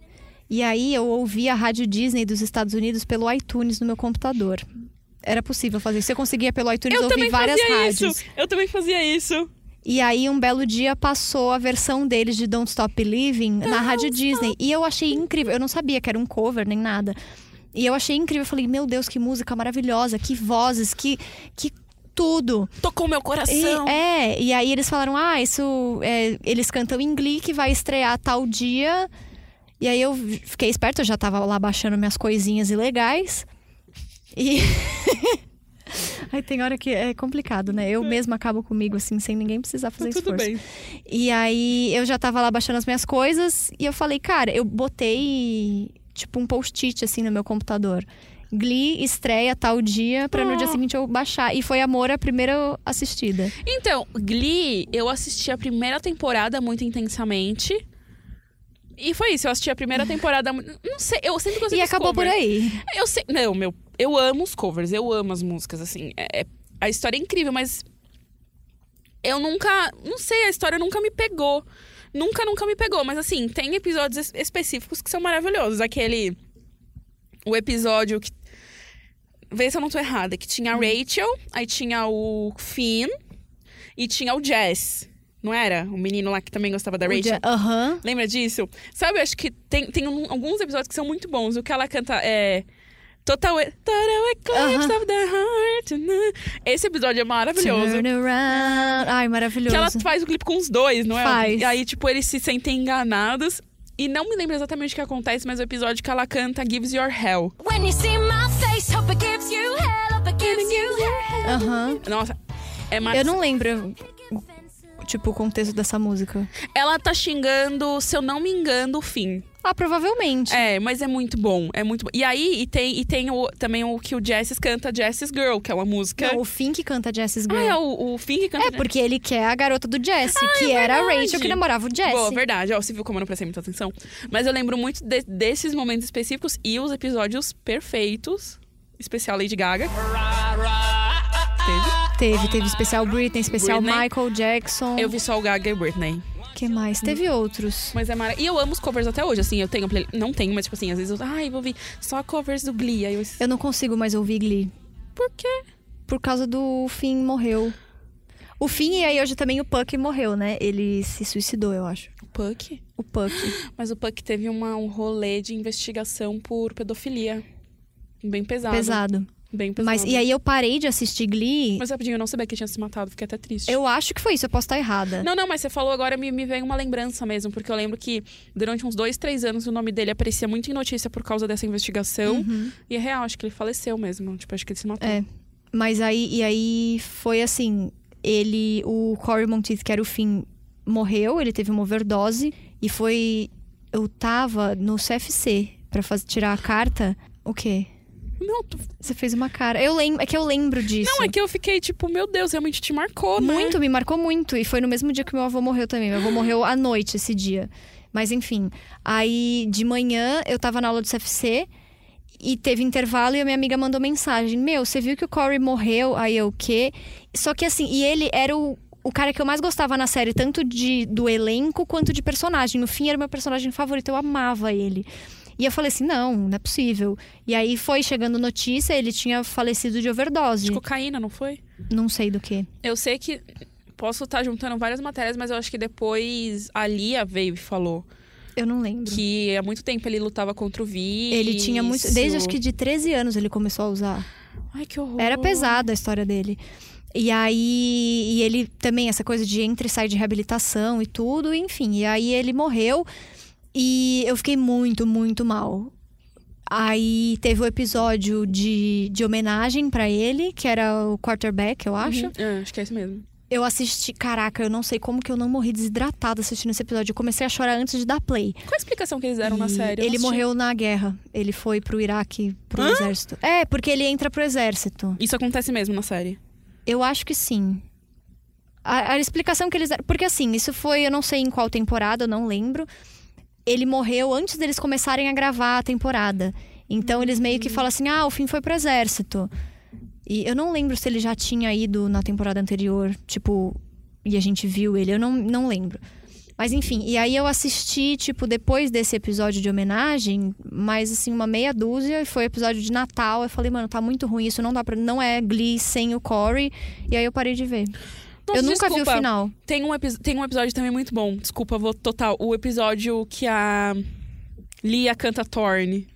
E aí eu ouvia a rádio Disney dos Estados Unidos pelo iTunes no meu computador. Era possível fazer. isso. Você conseguia pelo iTunes Eu ouvir também várias fazia rádios. isso. Eu também fazia isso. E aí, um belo dia, passou a versão deles de Don't Stop Believing na Rádio Disney. E eu achei incrível. Eu não sabia que era um cover nem nada. E eu achei incrível. Eu falei, meu Deus, que música maravilhosa, que vozes, que, que tudo. Tocou meu E, coração. é, e aí eles falaram: ah, isso. é, eles cantam em Glee que vai estrear tal dia. E aí eu fiquei esperta, eu já tava lá baixando minhas coisinhas ilegais. E. Aí tem hora que é complicado, né? Eu mesma acabo comigo, assim, sem ninguém precisar fazer Tá Tudo esforço. bem. E aí eu já tava lá baixando as minhas coisas e eu falei, cara, eu botei tipo um post-it assim no meu computador. Glee estreia tal dia pra no dia Ah. seguinte eu baixar. E foi Amor a primeira assistida. Então, Glee, eu assisti a primeira temporada muito intensamente. E foi isso, eu assisti a primeira temporada. mu- Não sei, eu sempre gostei e dos acabou por covers. aí. Eu sei. Não, meu, eu amo os covers, eu amo as músicas, assim. É- é- a história é incrível, mas. Eu nunca. Não sei, a história nunca me pegou. Nunca, nunca me pegou. Mas assim, tem episódios es- específicos que são maravilhosos. Aquele. O episódio que. Vê se eu não tô errada. Que tinha a Rachel, aí tinha o Finn e tinha o Jess. Não era? O menino lá que também gostava da Rachel. Aham. Lembra disso? Sabe, eu acho que tem, tem um- alguns episódios que são muito bons. O que ela canta é. Total, E- Total Eclipse Aham. of the Heart. né? Esse episódio é maravilhoso. Turn around. Ai, Que maravilhoso. ela faz o clipe com os dois, não é? Faz. E aí, tipo, eles se sentem enganados. E não me lembro exatamente o que acontece, mas o episódio que ela canta Gives Your Hell. When you see my face, hope it gives you hell, hope it gives you hell. Aham. Nossa, é Eu maravilhoso. não lembro, tipo, o contexto dessa música. Ela tá xingando, se eu não me engano, o fim. Ah, provavelmente. É, mas é muito bom. É muito bom. E aí, e tem, e tem o, também o que o Jessis canta, Jessis Girl, que é uma música. Não, o Finn que canta Jess's Girl. Ah, é o, o Finn que canta. É, porque ele quer a garota do Jesse, que era a é verdade. Rachel que namorava o Jesse. Boa, verdade. Ó, você viu como eu não prestei muita atenção? Mas eu lembro muito de- desses momentos específicos e os episódios perfeitos. Especial Lady Gaga. Teve. Teve, teve especial Britney, especial Britney. Michael Jackson. Eu vi só o Gaga e Britney. que mais? Teve outros. Mas é mara... E eu amo os covers até hoje, assim. Eu tenho... play- Não tenho, mas tipo assim, às vezes eu... Ai, vou ouvir só covers do Glee. Aí eu... Eu não consigo mais ouvir Glee. Por quê? Por causa do Finn morreu. O Finn e aí hoje também o Puck morreu, né? Ele se suicidou, eu acho. O Puck? O Puck. Mas o Puck teve uma, um rolê de investigação por pedofilia. Bem pesado. Pesado. Bem pesado. Mas, e aí eu parei de assistir Glee. Mas rapidinho, eu não sabia que tinha se matado. Fiquei até triste. Eu acho que foi isso, eu posso estar errada. Não, não, mas você falou agora, me, me vem uma lembrança mesmo, porque eu lembro que durante uns dois, três anos o nome dele aparecia muito em notícia por causa dessa investigação. E é real, acho que ele faleceu mesmo. Tipo, acho que ele se matou. Uhum. É. Mas aí, e aí foi assim, ele, o Corey Monteith, que era o Finn, morreu, ele teve uma overdose e foi, eu tava no CFC pra fazer, tirar a carta, o quê? Não, tu- Você fez uma cara, eu lembro, é que eu lembro disso. não, é que eu fiquei tipo, meu Deus, realmente te marcou, né? Muito, me marcou muito. E foi no mesmo dia que meu avô morreu também. Meu avô morreu à noite esse dia. Mas enfim. Aí de manhã eu tava na aula do CFC e teve intervalo e a minha amiga mandou mensagem: Meu, você viu que o Corey morreu? Aí eu o quê? Só que assim, e ele era o. O cara que eu mais gostava na série, tanto de, do elenco quanto de personagem. O Finn era o meu personagem favorito, eu amava ele. E eu falei assim: não, não é possível. E aí foi chegando notícia, ele tinha falecido de overdose. De cocaína, não foi? Não sei do que. Eu sei que. Posso estar juntando várias matérias, mas eu acho que depois a Lia veio e falou Eu não lembro. que há muito tempo ele lutava contra o vício. Ele tinha muito. Desde acho que de 13 anos ele começou a usar. Ai, que horror. Era pesada a história dele. E aí. E ele também, essa coisa de entra e sai de reabilitação e tudo, enfim. E aí ele morreu. E eu fiquei muito, muito mal. Aí teve o episódio de, de homenagem pra ele, que era o quarterback, eu acho. Uhum. É, acho que é isso mesmo. Eu assisti. Caraca, eu não sei como que eu não morri desidratada assistindo esse episódio. Eu comecei a chorar antes de dar play. Qual a explicação que eles deram na E série? Eu não Hum, Ele assisti. morreu na guerra. Ele foi pro Iraque, pro exército. É, porque ele entra pro exército. Isso acontece mesmo na série. Eu acho que sim. A, a explicação que eles deram. Porque assim, isso foi, eu não sei em qual temporada, eu não lembro. Ele morreu antes deles começarem a gravar a temporada. Então eles meio que Hum. falam assim: ah, o fim foi pro exército. E eu não lembro se ele já tinha ido na temporada anterior, tipo, e a gente viu ele, eu não, não lembro. Mas enfim, e aí eu assisti, tipo, depois desse episódio de homenagem, mais assim, uma meia dúzia, e foi episódio de Natal. Eu falei, mano, tá muito ruim isso, não dá pra. Não é Glee sem o Corey. E aí eu parei de ver. Nossa, eu nunca vi desculpa. o final. Tem um, epi- tem um episódio também muito bom. Desculpa, vou total. O episódio que a Lia canta Torn.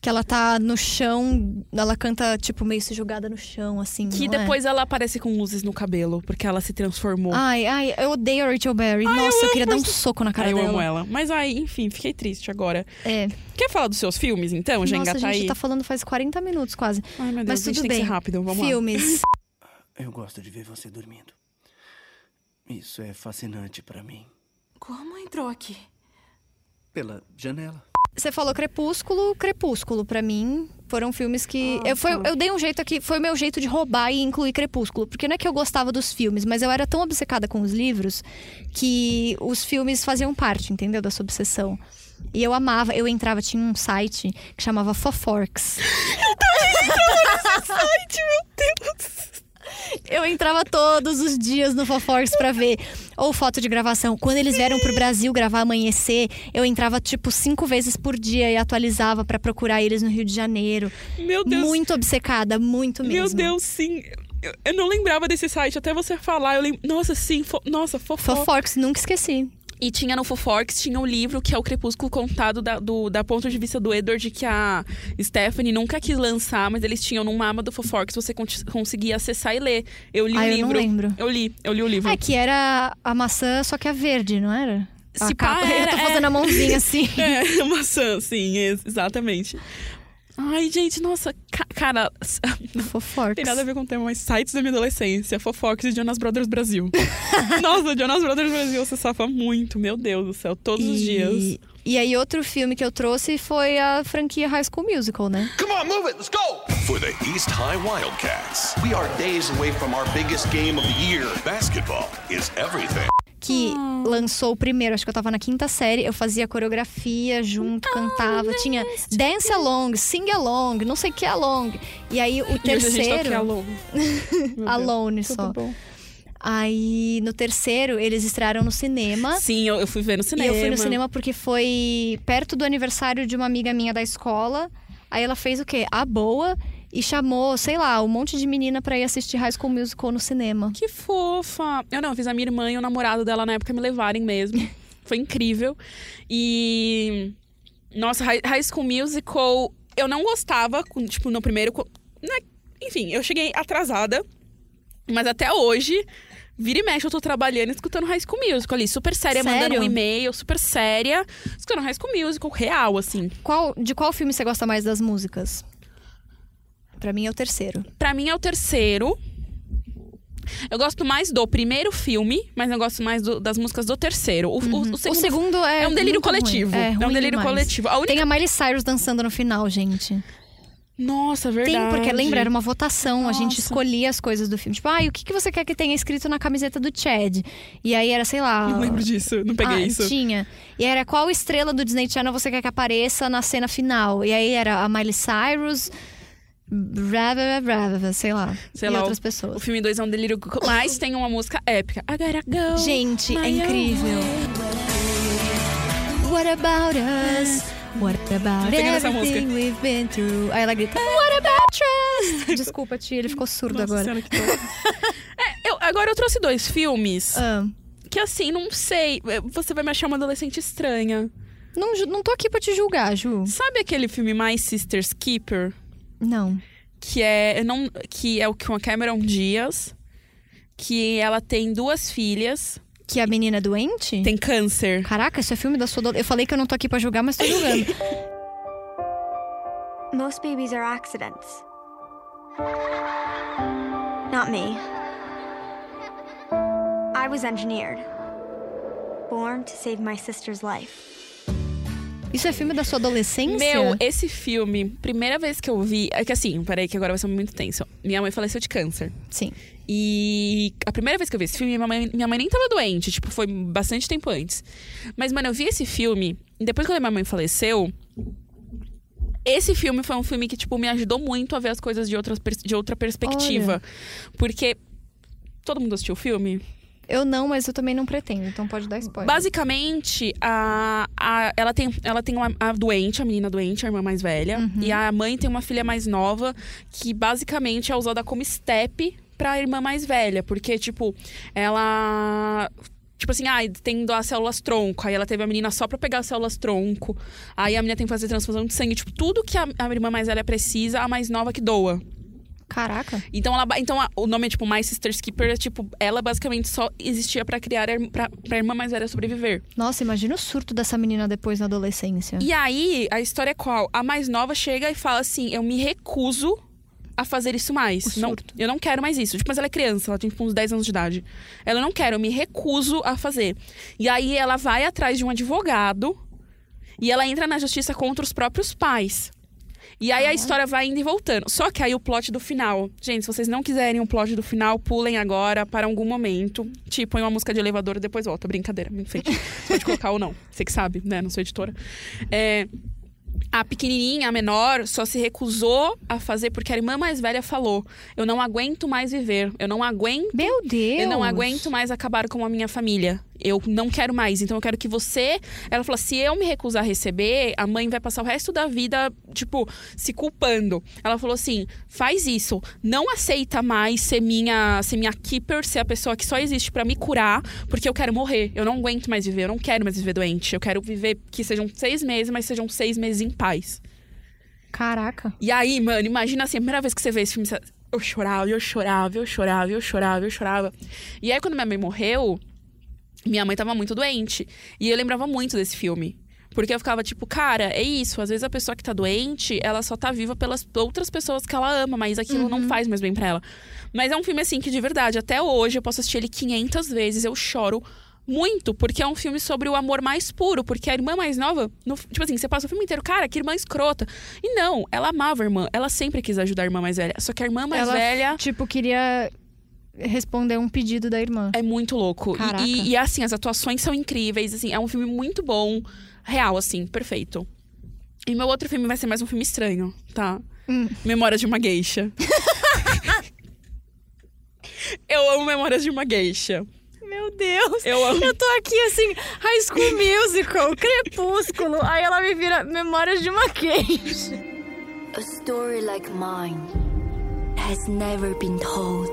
Que ela tá no chão, ela canta, tipo, meio se jogada no chão, assim. Que não é? depois ela aparece com luzes no cabelo, porque ela se transformou. Ai, ai, eu odeio a Rachel Berry. Nossa, eu, queria dar um soco na cara Aí Ah, eu dela. amo ela. Mas aí, enfim, fiquei triste agora. É. Quer falar dos seus filmes, então? Já Nossa, a engatar gente aí? tá falando faz 40 minutos quase. Ai, meu Deus, Mas a gente tudo tem bem. que ser rápido. Vamos lá. Filmes. Eu gosto de ver você dormindo. Isso é fascinante pra mim. Como entrou aqui? Pela janela. Você falou Crepúsculo, Crepúsculo pra mim. Foram filmes que. Ah, eu, foi, tá. eu dei um jeito aqui, foi o meu jeito de roubar e incluir Crepúsculo. Porque não é que eu gostava dos filmes, mas eu era tão obcecada com os livros que os filmes faziam parte, entendeu? Dessa obsessão. E eu amava, eu entrava, tinha um site que chamava Foforks. Eu entrava todos os dias no Foforks pra ver. Ou foto de gravação. Quando eles vieram pro Brasil gravar Amanhecer, eu entrava, tipo, cinco vezes por dia e atualizava pra procurar eles no Rio de Janeiro. Meu Deus. Muito obcecada, muito mesmo. Meu Deus, sim. Eu, eu não lembrava desse site, até você falar, eu lembro. Nossa, sim, fo- nossa, fofó. Foforks, nunca esqueci. E tinha no Foforks, tinha um livro que é o Crepúsculo contado da, do da ponto de vista do Edward, que a Stephanie nunca quis lançar, mas eles tinham numa aba do Foforks, você con- conseguia acessar e ler. Eu li Ah, o eu não livro. lembro. Eu li, eu li o livro. É que era a maçã, só que a verde, não era? A Se pá, capa- era, eu tô é. fazendo a mãozinha assim. É, maçã, sim, ex- exatamente. Ai, gente, nossa, ca- cara, s- Foforks. tem nada a ver com o tema, mas sites da minha adolescência, Fofox e Jonas Brothers Brasil. nossa, Jonas Brothers Brasil se safa muito, meu Deus do céu, todos os dias. E, e aí, outro filme que eu trouxe foi a franquia High School Musical, né? Come on, move it, let's go! For the East High Wildcats, We are days away from our biggest game of the year. basketball is everything. que lançou o primeiro, acho que eu tava na quinta série, eu fazia coreografia junto, cantava, tinha dance along, sing along, não sei o que along. E aí E hoje o a gente tá aqui terceiro, alone. Meu alone Deus, só. Tudo bom. Aí no terceiro eles estrearam no cinema. Sim, eu, eu fui ver no E cinema. eu fui no cinema porque foi perto do aniversário de uma amiga minha da escola. Aí ela fez o quê? A boa e chamou, sei lá, um monte de menina pra ir assistir High School Musical no cinema. Que fofa! Eu não, eu fiz a minha irmã e o namorado dela na época me levarem mesmo. Foi incrível. E. Nossa, High High School Musical, eu não gostava, com- tipo, no primeiro. co- né? Enfim, eu cheguei atrasada, mas até hoje. Vira e mexe, eu tô trabalhando e escutando High School Musical ali. Super séria, mandando Sério? um e-mail, super séria. Escutando High School Musical, real, assim. Qual, de qual filme você gosta mais das músicas? Pra mim é o terceiro. Pra mim é o terceiro. Eu gosto mais do primeiro filme, mas eu gosto mais do- das músicas do terceiro. O, o- o O segundo, segundo é. é um delírio muito ruim. coletivo. É, É, um ruim delírio demais. coletivo. A única... Tem a Miley Cyrus dançando no final, gente. Nossa, é verdade. um- Tem, porque lembra, era uma votação, a gente Nossa. escolhia as coisas do filme. Tipo, ah, o que, que você quer que tenha escrito na camiseta do Chad? E aí era, sei lá. Não lembro disso, não peguei ah, isso. Tinha. E era qual estrela do Disney Channel você quer que apareça na cena final? E aí era a Miley Cyrus, blá, blá, blá, blá, blá, sei lá. Sei e lá, outras o, pessoas. o filme 2 é um delírio. co- Mas tem uma música épica. I gotta go. Gente, my é own incrível. way. What about us? What about pegando É. essa everything we've been through? Aí ela grita, What about trust? Desculpa, tia, ele ficou surdo Nossa agora. Senhora, que dor. é, eu, agora eu trouxe dois filmes Ah, que, assim, não sei. Você vai me achar uma adolescente estranha. não, ju- não tô aqui pra te julgar, Ju. Sabe aquele filme My Sister's Keeper? Não. que é eu não que é o com a Cameron Dias que ela tem duas filhas Que a menina é doente? tem câncer Caraca, isso é filme da sua adolescência. Eu falei que eu não tô aqui pra julgar, mas tô julgando. Most babies are accidents. Not me. I was engineered. Born to save my sister's life. Isso é filme da sua adolescência? meu esse filme primeira vez que eu vi é que assim peraí que agora vai ser muito tenso minha mãe faleceu de câncer Sim. E a primeira vez que eu vi esse filme, minha mãe, minha mãe nem tava doente, tipo, foi bastante tempo antes. Mas, mano, eu vi esse filme, e depois que a minha mãe faleceu, esse filme foi um filme que, tipo, me ajudou muito a ver as coisas de, outras, pers- de outra perspectiva. Porque. Todo mundo assistiu o filme? Eu não, mas eu também não pretendo, então pode dar spoiler. Basicamente, a, a- ela tem, ela tem uma, a doente, a menina doente, a irmã mais velha. E a mãe tem uma filha mais nova, que basicamente é usada como step pra irmã mais velha. Porque, tipo, ela Tipo assim, ah, tem que doar células tronco. Aí ela teve a menina só pra pegar as células tronco. Aí a menina tem que fazer transfusão de sangue. Tipo, tudo que a, a irmã mais velha precisa, a mais nova que doa. Caraca. Então, ela, ba- então a- o nome é tipo My Sister's Keeper. É, tipo, ela basicamente só existia pra criar a irm- pra, pra irmã mais velha sobreviver. Nossa, imagina o surto dessa menina depois na adolescência. E aí, a história é qual? A mais nova chega e fala assim: eu me recuso a fazer isso mais. O Não, surto. eu não quero mais isso. Tipo, mas ela é criança, ela tem tipo, uns 10 anos de idade. Ela não quer, eu me recuso a fazer. E aí ela vai atrás de um advogado e ela entra na justiça contra os próprios pais. E aí a história vai indo e voltando. Só que aí o plot do final. Gente, se vocês não quiserem o plot do final, pulem agora para algum momento. Tipo, põe uma música de elevador e depois volta. Brincadeira, enfim. Você pode colocar ou não. Você que sabe, né? Não sou editora. É, a pequenininha, a menor, só se recusou a fazer porque a irmã mais velha falou: Eu não aguento mais viver. Eu não aguento. Meu Deus! Eu não aguento mais acabar com a minha família. Eu não quero mais. Então eu quero que você. Ela falou: se eu me recusar a receber, a mãe vai passar o resto da vida, tipo, se culpando. Ela falou assim: faz isso. Não aceita mais ser minha, ser minha keeper, ser a pessoa que só existe pra me curar, porque eu quero morrer. Eu não aguento mais viver. Eu não quero mais viver doente. Eu quero viver que sejam seis meses, mas sejam seis meses em paz. Caraca. E aí, mano, imagina assim, a primeira vez que você vê esse filme, você- eu chorava, eu chorava, eu chorava, eu chorava, eu chorava. E aí, quando minha mãe morreu, minha mãe tava muito doente. E eu lembrava muito desse filme. Porque eu ficava tipo, cara, é isso. Às vezes a pessoa que tá doente, ela só tá viva pelas outras pessoas que ela ama, mas aquilo não faz mais bem pra ela. Mas é um filme assim que, de verdade, até hoje eu posso assistir ele 500 vezes, eu choro muito, porque é um filme sobre o amor mais puro, porque a irmã mais nova, no- tipo assim, você passa o filme inteiro, cara, que irmã escrota. E não, ela amava a irmã, ela sempre quis ajudar a irmã mais velha. Só que a irmã mais ela, velha tipo, queria responder um pedido da irmã. é muito louco. E- Caraca. E, e, assim, as atuações são incríveis, assim, é um filme muito bom, real, assim, perfeito. E meu outro filme vai ser mais um filme estranho, tá? Hum. Memória de uma Geisha. Eu amo Memórias de uma Geisha. Meu Deus! Eu amo. tô aqui assim, High School Musical, Crepúsculo. Aí ela me vira Memórias de uma queixa. A story like mine has never been told.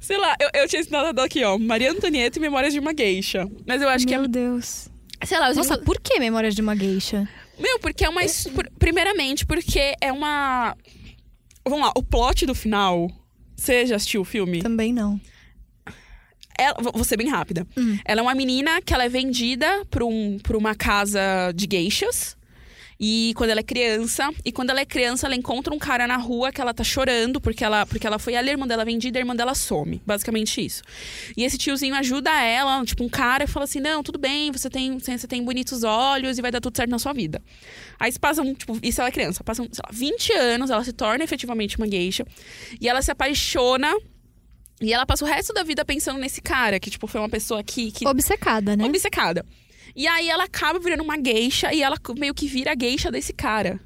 Sei lá, eu, eu tinha ensinado a dar aqui, ó. Maria Antonieta e Memórias de uma Geisha. Mas eu acho que Meu Deus. é. Sei lá, eu Nossa, por que Memórias de uma Geisha? Meu, porque é uma. his- pr- Primeiramente, porque é uma. Vamos lá, o plot do final. Você já assistiu o filme? Também não. Ela, vou- vou ser bem rápida. Ela é uma menina que ela é vendida pra, um, pra uma casa de geixas. E quando ela é criança, e quando ela é criança, ela encontra um cara na rua que ela tá chorando porque ela, porque ela foi ali, a irmã dela é vendida, a irmã dela some. Basicamente isso. E esse tiozinho ajuda ela, tipo, um cara e fala assim: Não, tudo bem, você tem, você tem bonitos olhos e vai dar tudo certo na sua vida. Aí se passam, tipo, isso ela é criança, passam, sei lá, 20 anos, ela se torna efetivamente uma geisha. E ela se apaixona. E ela passa o resto da vida pensando nesse cara, que, tipo, foi uma pessoa que. que Obcecada, né? obcecada. E aí ela acaba virando uma geisha e ela meio que vira a geisha desse cara.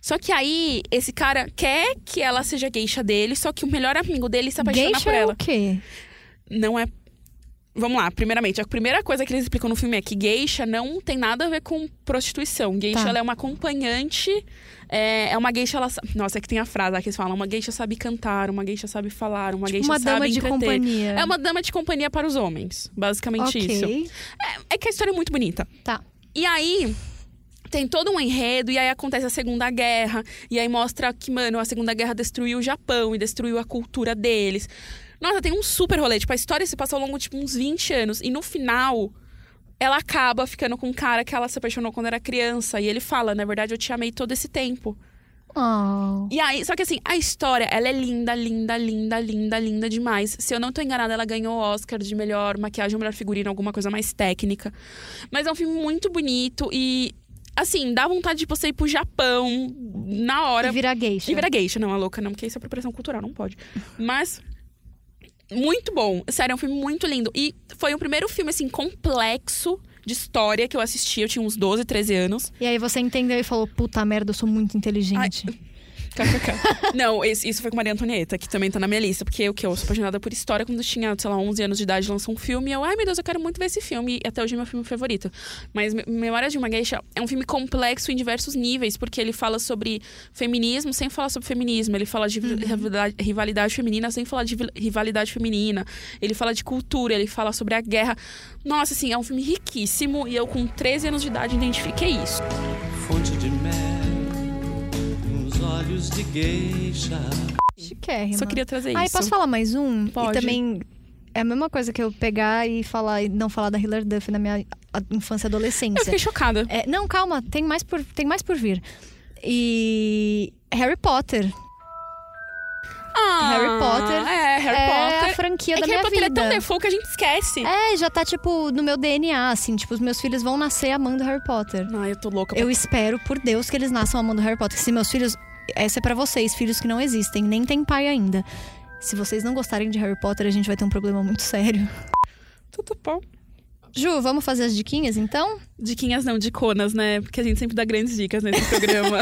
Só que aí, esse cara quer que ela seja geisha dele, só que o melhor amigo dele se apaixona Geisha por é ela. o quê? Não é. Vamos lá, primeiramente, a primeira coisa que eles explicam no filme é que geisha não tem nada a ver com prostituição. Geisha Tá. ela é uma acompanhante, é, é uma geisha. Ela, sa- nossa, é que tem a frase lá que eles falam: uma geisha sabe cantar, uma geisha sabe falar, uma geisha Tipo uma sabe dama de entreter. companhia. É uma dama de companhia para os homens, basicamente Ok. isso. É que a história é muito bonita. Tá. E aí. Tem todo um enredo, e aí acontece a Segunda Guerra, e aí mostra que, mano, a Segunda Guerra destruiu o Japão e destruiu a cultura deles. Nossa, tem um super rolê. Tipo, a história se passa ao longo de tipo, uns 20 anos, e no final, ela acaba ficando com um cara que ela se apaixonou quando era criança, e ele fala: na verdade, eu te amei todo esse tempo. Oh. E aí, só que assim, a história, ela é linda, linda, linda, linda, linda demais. Se eu não tô enganada, ela ganhou o Oscar de melhor maquiagem, melhor figurino, alguma coisa mais técnica. Mas é um filme muito bonito e, assim, dá vontade de você ir pro Japão na hora. E virar geisha. E virar geisha, não, a louca não, porque isso é apropriação cultural, não pode. Mas. Muito bom. Sério, é um filme muito lindo. E foi o primeiro filme, assim, complexo de história que eu assisti. Eu tinha uns 12, 13 anos. E aí você entendeu e falou, puta merda, eu sou muito inteligente. KKK. Não, esse- isso foi com Maria Antonieta, que também tá na minha lista. Porque o que? Eu sou apaixonada por história. Quando eu tinha, sei lá, 11 anos de idade, lançou um filme. E eu, ai meu Deus, eu quero muito ver esse filme. E até hoje é meu filme favorito. Mas Me- Memórias de uma Geisha é um filme complexo em diversos níveis. Porque ele fala sobre feminismo sem falar sobre feminismo. Ele fala de rivalidade- rivalidade feminina sem falar de vil- rivalidade feminina. Ele fala de cultura, ele fala sobre a guerra. Nossa, assim, é um filme riquíssimo. E eu, com 13 anos de idade, identifiquei isso. Chiquérrima. Só queria trazer Aí isso. posso falar mais um? Pode. E também é a mesma coisa que eu pegar e falar e não falar da Hilary Duff na minha a- infância e Eu adolescência. fiquei chocada. É, não, calma, tem mais por tem mais por vir. E Harry Potter. Ah, Harry Potter É, Harry é Potter. a franquia é da que Harry minha Potter vida. é tão default que a gente esquece. É, já tá tipo no meu DNA, assim, tipo, os meus filhos vão nascer amando Harry Potter. Ai, eu tô louca. pra- Eu espero, por Deus, que eles nasçam amando Harry Potter. Se meus filhos. Essa é pra vocês, filhos que não existem, nem tem pai ainda. Se vocês não gostarem de Harry Potter, a gente vai ter um problema muito sério. Tudo bom. Ju, vamos fazer as diquinhas então? Diquinhas não, diconas, né? Porque a gente sempre dá grandes dicas nesse programa.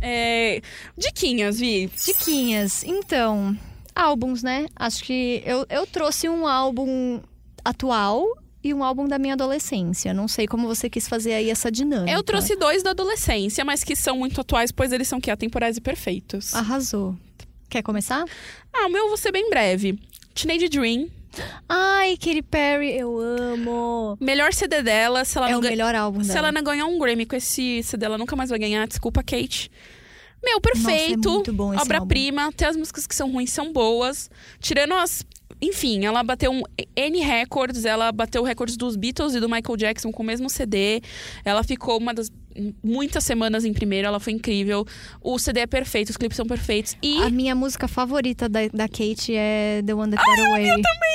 É, diquinhas, Vi. Diquinhas. Então, álbuns, né? Acho que eu, eu trouxe um álbum atual e um álbum da minha adolescência. Não sei como você quis fazer aí essa dinâmica. Eu trouxe dois da adolescência, mas que são muito atuais, pois eles são que atemporais e Ah. perfeitos. Arrasou. Quer começar? Ah, o meu eu vou ser bem breve. Teenage Dream, Ai, Katy Perry, eu amo. melhor CD dela, se ela é não o gan- melhor álbum Se dela. ela não ganhar um Grammy com esse CD, ela nunca mais vai ganhar. Desculpa, Kate. Meu, Nossa, é perfeito. muito bom esse Obra-prima. Até as músicas que são ruins são boas. Tirando as. Enfim, ela bateu um N recordes. Ela bateu recordes dos Beatles e do Michael Jackson com o mesmo CD. Ela ficou uma das. Muitas semanas em primeiro. Ela foi incrível. O CD é perfeito, os clipes são perfeitos. E. A minha música favorita da, da Kate é The One That Got Away. Eu também.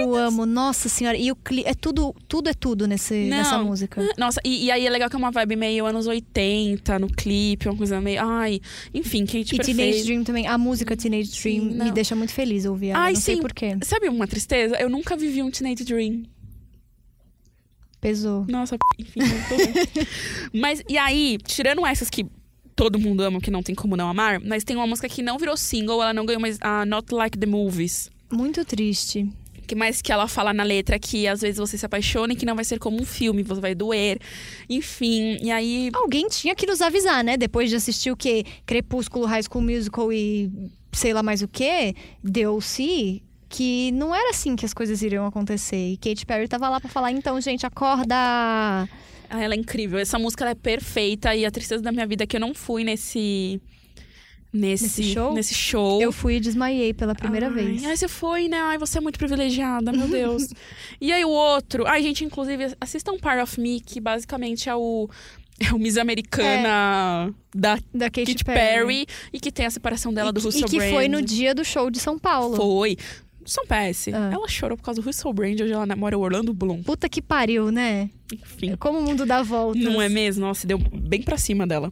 eu amo, nossa senhora. E o cli é tudo, tudo é tudo nesse, Não. nessa música. Nossa, e, e aí é legal que é uma vibe meio anos 80 no clipe, uma coisa meio. Ai, enfim, Kate E Teenage perfeita. Dream também. A música Teenage Dream Sim, me não. deixa muito feliz ouvir ela. Ai, não sei sim. porquê. Sabe uma tristeza? Eu nunca vivi um Teenage Dream. Pesou. Nossa, p- enfim, não tô bom. Mas, e aí, tirando essas que todo mundo ama, que não tem como não amar, mas tem uma música que não virou single, ela não ganhou mais a Not Like the Movies. Muito triste. Que mais que ela fala na letra que às vezes você se apaixona e que não vai ser como um filme, você vai doer. Enfim, e aí. Alguém tinha que nos avisar, né? Depois de assistir o quê? Crepúsculo, High School Musical e sei lá mais o quê. Deu-se que não era assim que as coisas iriam acontecer. E Katy Perry tava lá pra falar, então, gente, acorda... Ah, ela é incrível. Essa música ela é perfeita e a tristeza da minha vida é que eu não fui nesse. Nesse, Nesse show? Nesse show. Eu fui e desmaiei pela primeira Ai, vez. Ai, você foi, né? Ai, você é muito privilegiada, meu Deus. e aí o outro. Ai, gente, inclusive, assistam Part of Me, que basicamente é o. É o Miss Americana da Da É. Katy, Katy Perry. E que tem a separação dela e, do que- Russell E que Brand. foi no dia do show de São Paulo. Foi. São PS. Ah. Ela chorou por causa do Russell Brand, hoje ela namora o Orlando Bloom. Puta que pariu, né? Enfim. Como o mundo dá voltas. Não é mesmo? Nossa, deu bem pra cima dela.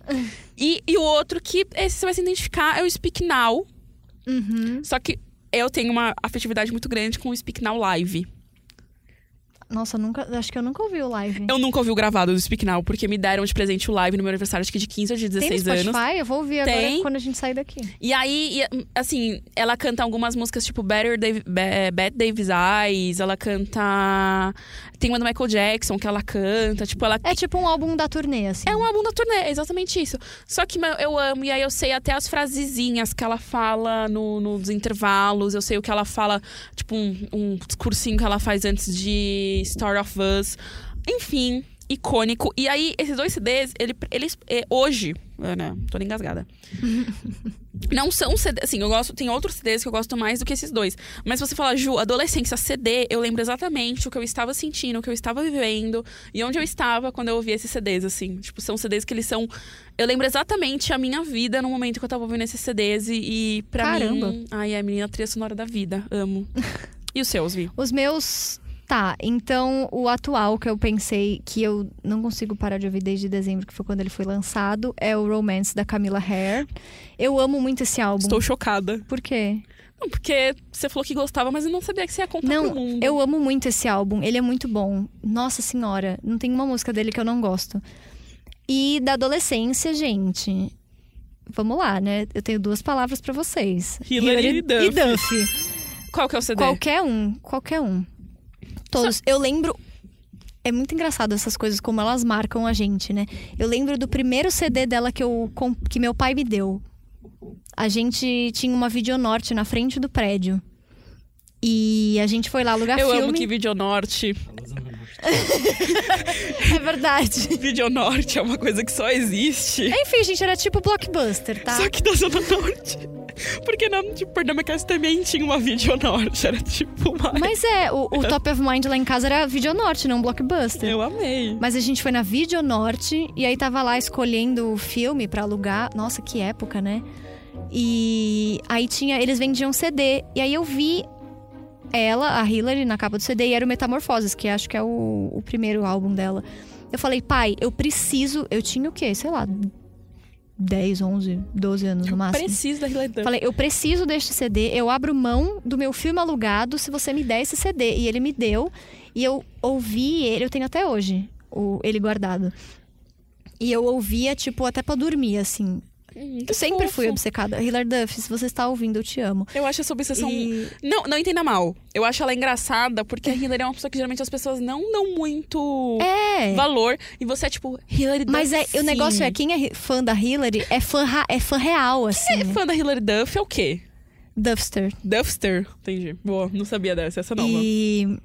e, e o outro que esse você vai se identificar é o Speak Now. Uhum. Só que eu tenho uma afetividade muito grande com o Speak Now Live. Nossa, nunca, acho que eu nunca ouvi o live. Eu nunca ouvi o gravado do Speak Now, porque me deram de presente o live no meu aniversário, acho que de 15 ou de Tem no 16 Spotify? anos. Eu vou ouvir agora Tem. quando a gente sair daqui. E aí, e, assim, ela canta algumas músicas tipo Better Dav- Be- Bad Davis Eyes, ela canta. Tem uma do Michael Jackson que ela canta, tipo, ela. É tipo um álbum da turnê, assim. É um álbum da turnê, é exatamente isso. Só que meu, eu amo, e aí eu sei até as frasezinhas que ela fala no- nos intervalos, eu sei o que ela fala, tipo, um, um cursinho que ela faz antes de Story of Us. Enfim, icônico. E aí, esses dois CDs, ele, eles. é, hoje. Ana, tô nem engasgada. Não são CD, assim, eu gosto, tem outros CDs que eu gosto mais do que esses dois. Mas se você falar, Ju, adolescência, CD, eu lembro exatamente o que eu estava sentindo, o que eu estava vivendo e onde eu estava quando eu ouvi esses CDs, assim. Tipo, são CDs que eles são. Eu lembro exatamente a minha vida no momento que eu tava ouvindo esses CDs e, e pra Caramba. mim. Ai, é a menina trilha sonora da vida. Amo. e os seus, Vi? Os meus. Tá, então o atual que eu pensei que eu não consigo parar de ouvir desde dezembro, que foi quando ele foi lançado, é o Romance da Camila Hare. Eu amo muito esse álbum. Estou chocada. Por quê? Não, porque você falou que gostava, mas eu não sabia que você ia contar Não, pro mundo. eu amo muito esse álbum. Ele é muito bom. Nossa senhora, não tem uma música dele que eu não gosto. E da adolescência, gente. vamos lá, né? Eu tenho duas palavras pra vocês. Hillary e e Duff. Duff. Qual que é o CD? Qualquer um, qualquer um. Todos. Eu lembro. É muito engraçado essas coisas, como elas marcam a gente, né? Eu lembro do primeiro CD dela que, eu, com- que meu pai me deu. A gente tinha uma videonorte na frente do prédio. E a gente foi lá alugar Eu filme. amo que Videonorte. É verdade. Videonorte é uma coisa que só existe. Enfim, gente, era tipo blockbuster, tá? Só que da Zona Norte. Porque na tipo, Pernambucas também tinha uma Videonorte. Era tipo uma. Mas é, o, o top of mind lá em casa era Videonorte, não blockbuster. Eu amei. Mas a gente foi na Videonorte e aí tava lá escolhendo o filme pra alugar. Nossa, que época, né? E aí tinha. Eles vendiam CD. E aí eu vi ela, a Hillary, na capa do CD, e era o Metamorfoses, que acho que é o, o primeiro álbum dela. Eu falei, pai, eu preciso. Eu tinha o quê? Sei lá. 10, 11, 12 anos no máximo. Preciso da Hillary Duff. Falei, eu preciso deste CD, eu abro mão do meu filme alugado se você me der esse CD. E ele me deu, e eu ouvi ele, eu tenho até hoje o, ele guardado. E eu ouvia, tipo, até pra dormir, assim. Hum, que Eu sempre fofo. fui obcecada. Hilary Duff, se você está ouvindo, eu te amo. Eu acho essa obsessão. E- Não, não entenda mal. Eu acho ela engraçada porque a Hillary é uma pessoa que geralmente as pessoas não dão muito É. valor. E você é tipo, Hillary Duff. Mas é, o sim. negócio é, quem é ri- fã da Hillary é fã, ra- é fã real, assim. É fã da Hillary Duff é o quê? Duffster. Duffster. Entendi. Boa, não sabia dessa. Essa é nova. E.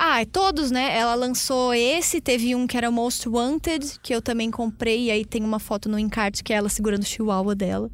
Ah, é todos, né? Ela lançou esse, teve um que era o Most Wanted, que eu também comprei, e aí tem uma foto no encarte que é ela segurando o chihuahua dela.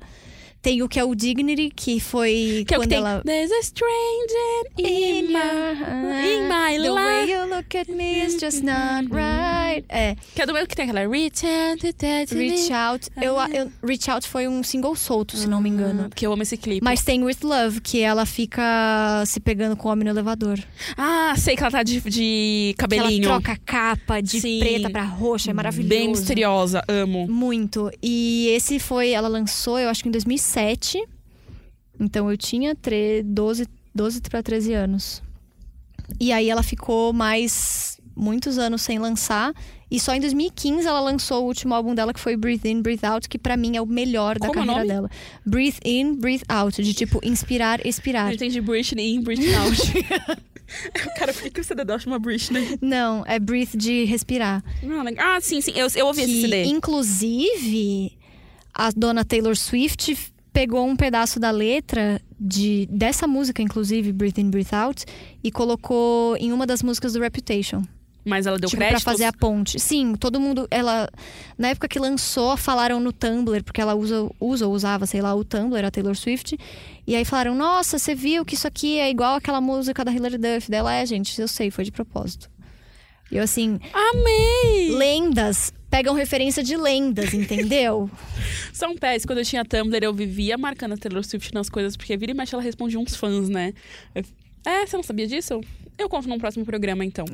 Tem o que é o Dignity, que foi Que é o quando que tem. ela. There's a stranger in my... In my The way life. you look at me is just not right. É, Que é do mesmo que tem aquela... Reach out, to Reach Out. Eu, eu- Reach Out foi um single solto, se não me engano. Que eu amo esse clipe. Mas tem With Love, que ela fica se pegando com o homem no elevador. Ah, sei que ela tá de, de Que ela cabelinho. troca a capa de Sim. preta pra roxa, é maravilhoso. Bem misteriosa. Amo. Muito. E esse foi, ela lançou, eu acho que em 2007. Então eu tinha tre 12, 12 para 13 anos. E aí ela ficou mais muitos anos sem lançar. E só em 2015 ela lançou o último álbum dela, que foi Breathe In, Breathe Out, que pra mim é o melhor da Como é o carreira nome? dela. Breathe In, Breathe Out, de tipo inspirar, A expirar. gente tem de Britney in, Britney out. Cara, por que que o CD dela chama Britney? Não, é Breathe de respirar. Não, legal. Ah, sim, sim. Eu, eu ouvi esse que, CD. inclusive, a dona Taylor Swift pegou um pedaço da letra de dessa música, inclusive, Breathe In, Breathe Out, e colocou em uma das músicas do Reputation. Mas ela deu tipo, créditos? pra fazer a ponte. Sim, todo mundo. Ela. Na época que lançou, falaram no Tumblr, porque ela usa, usa ou usava, sei lá, o Tumblr, a Taylor Swift. E aí falaram: Nossa, você viu que isso aqui é igual aquela música da Hilary Duff dela? É, gente, eu sei, foi de propósito. E eu assim Amei! lendas pegam referência de lendas, entendeu? São pés. um Quando eu tinha Tumblr, eu vivia marcando a Taylor Swift nas coisas, porque vira e mexe ela respondia uns fãs, né? Eu- É, você não sabia disso? Eu conto num próximo programa, então.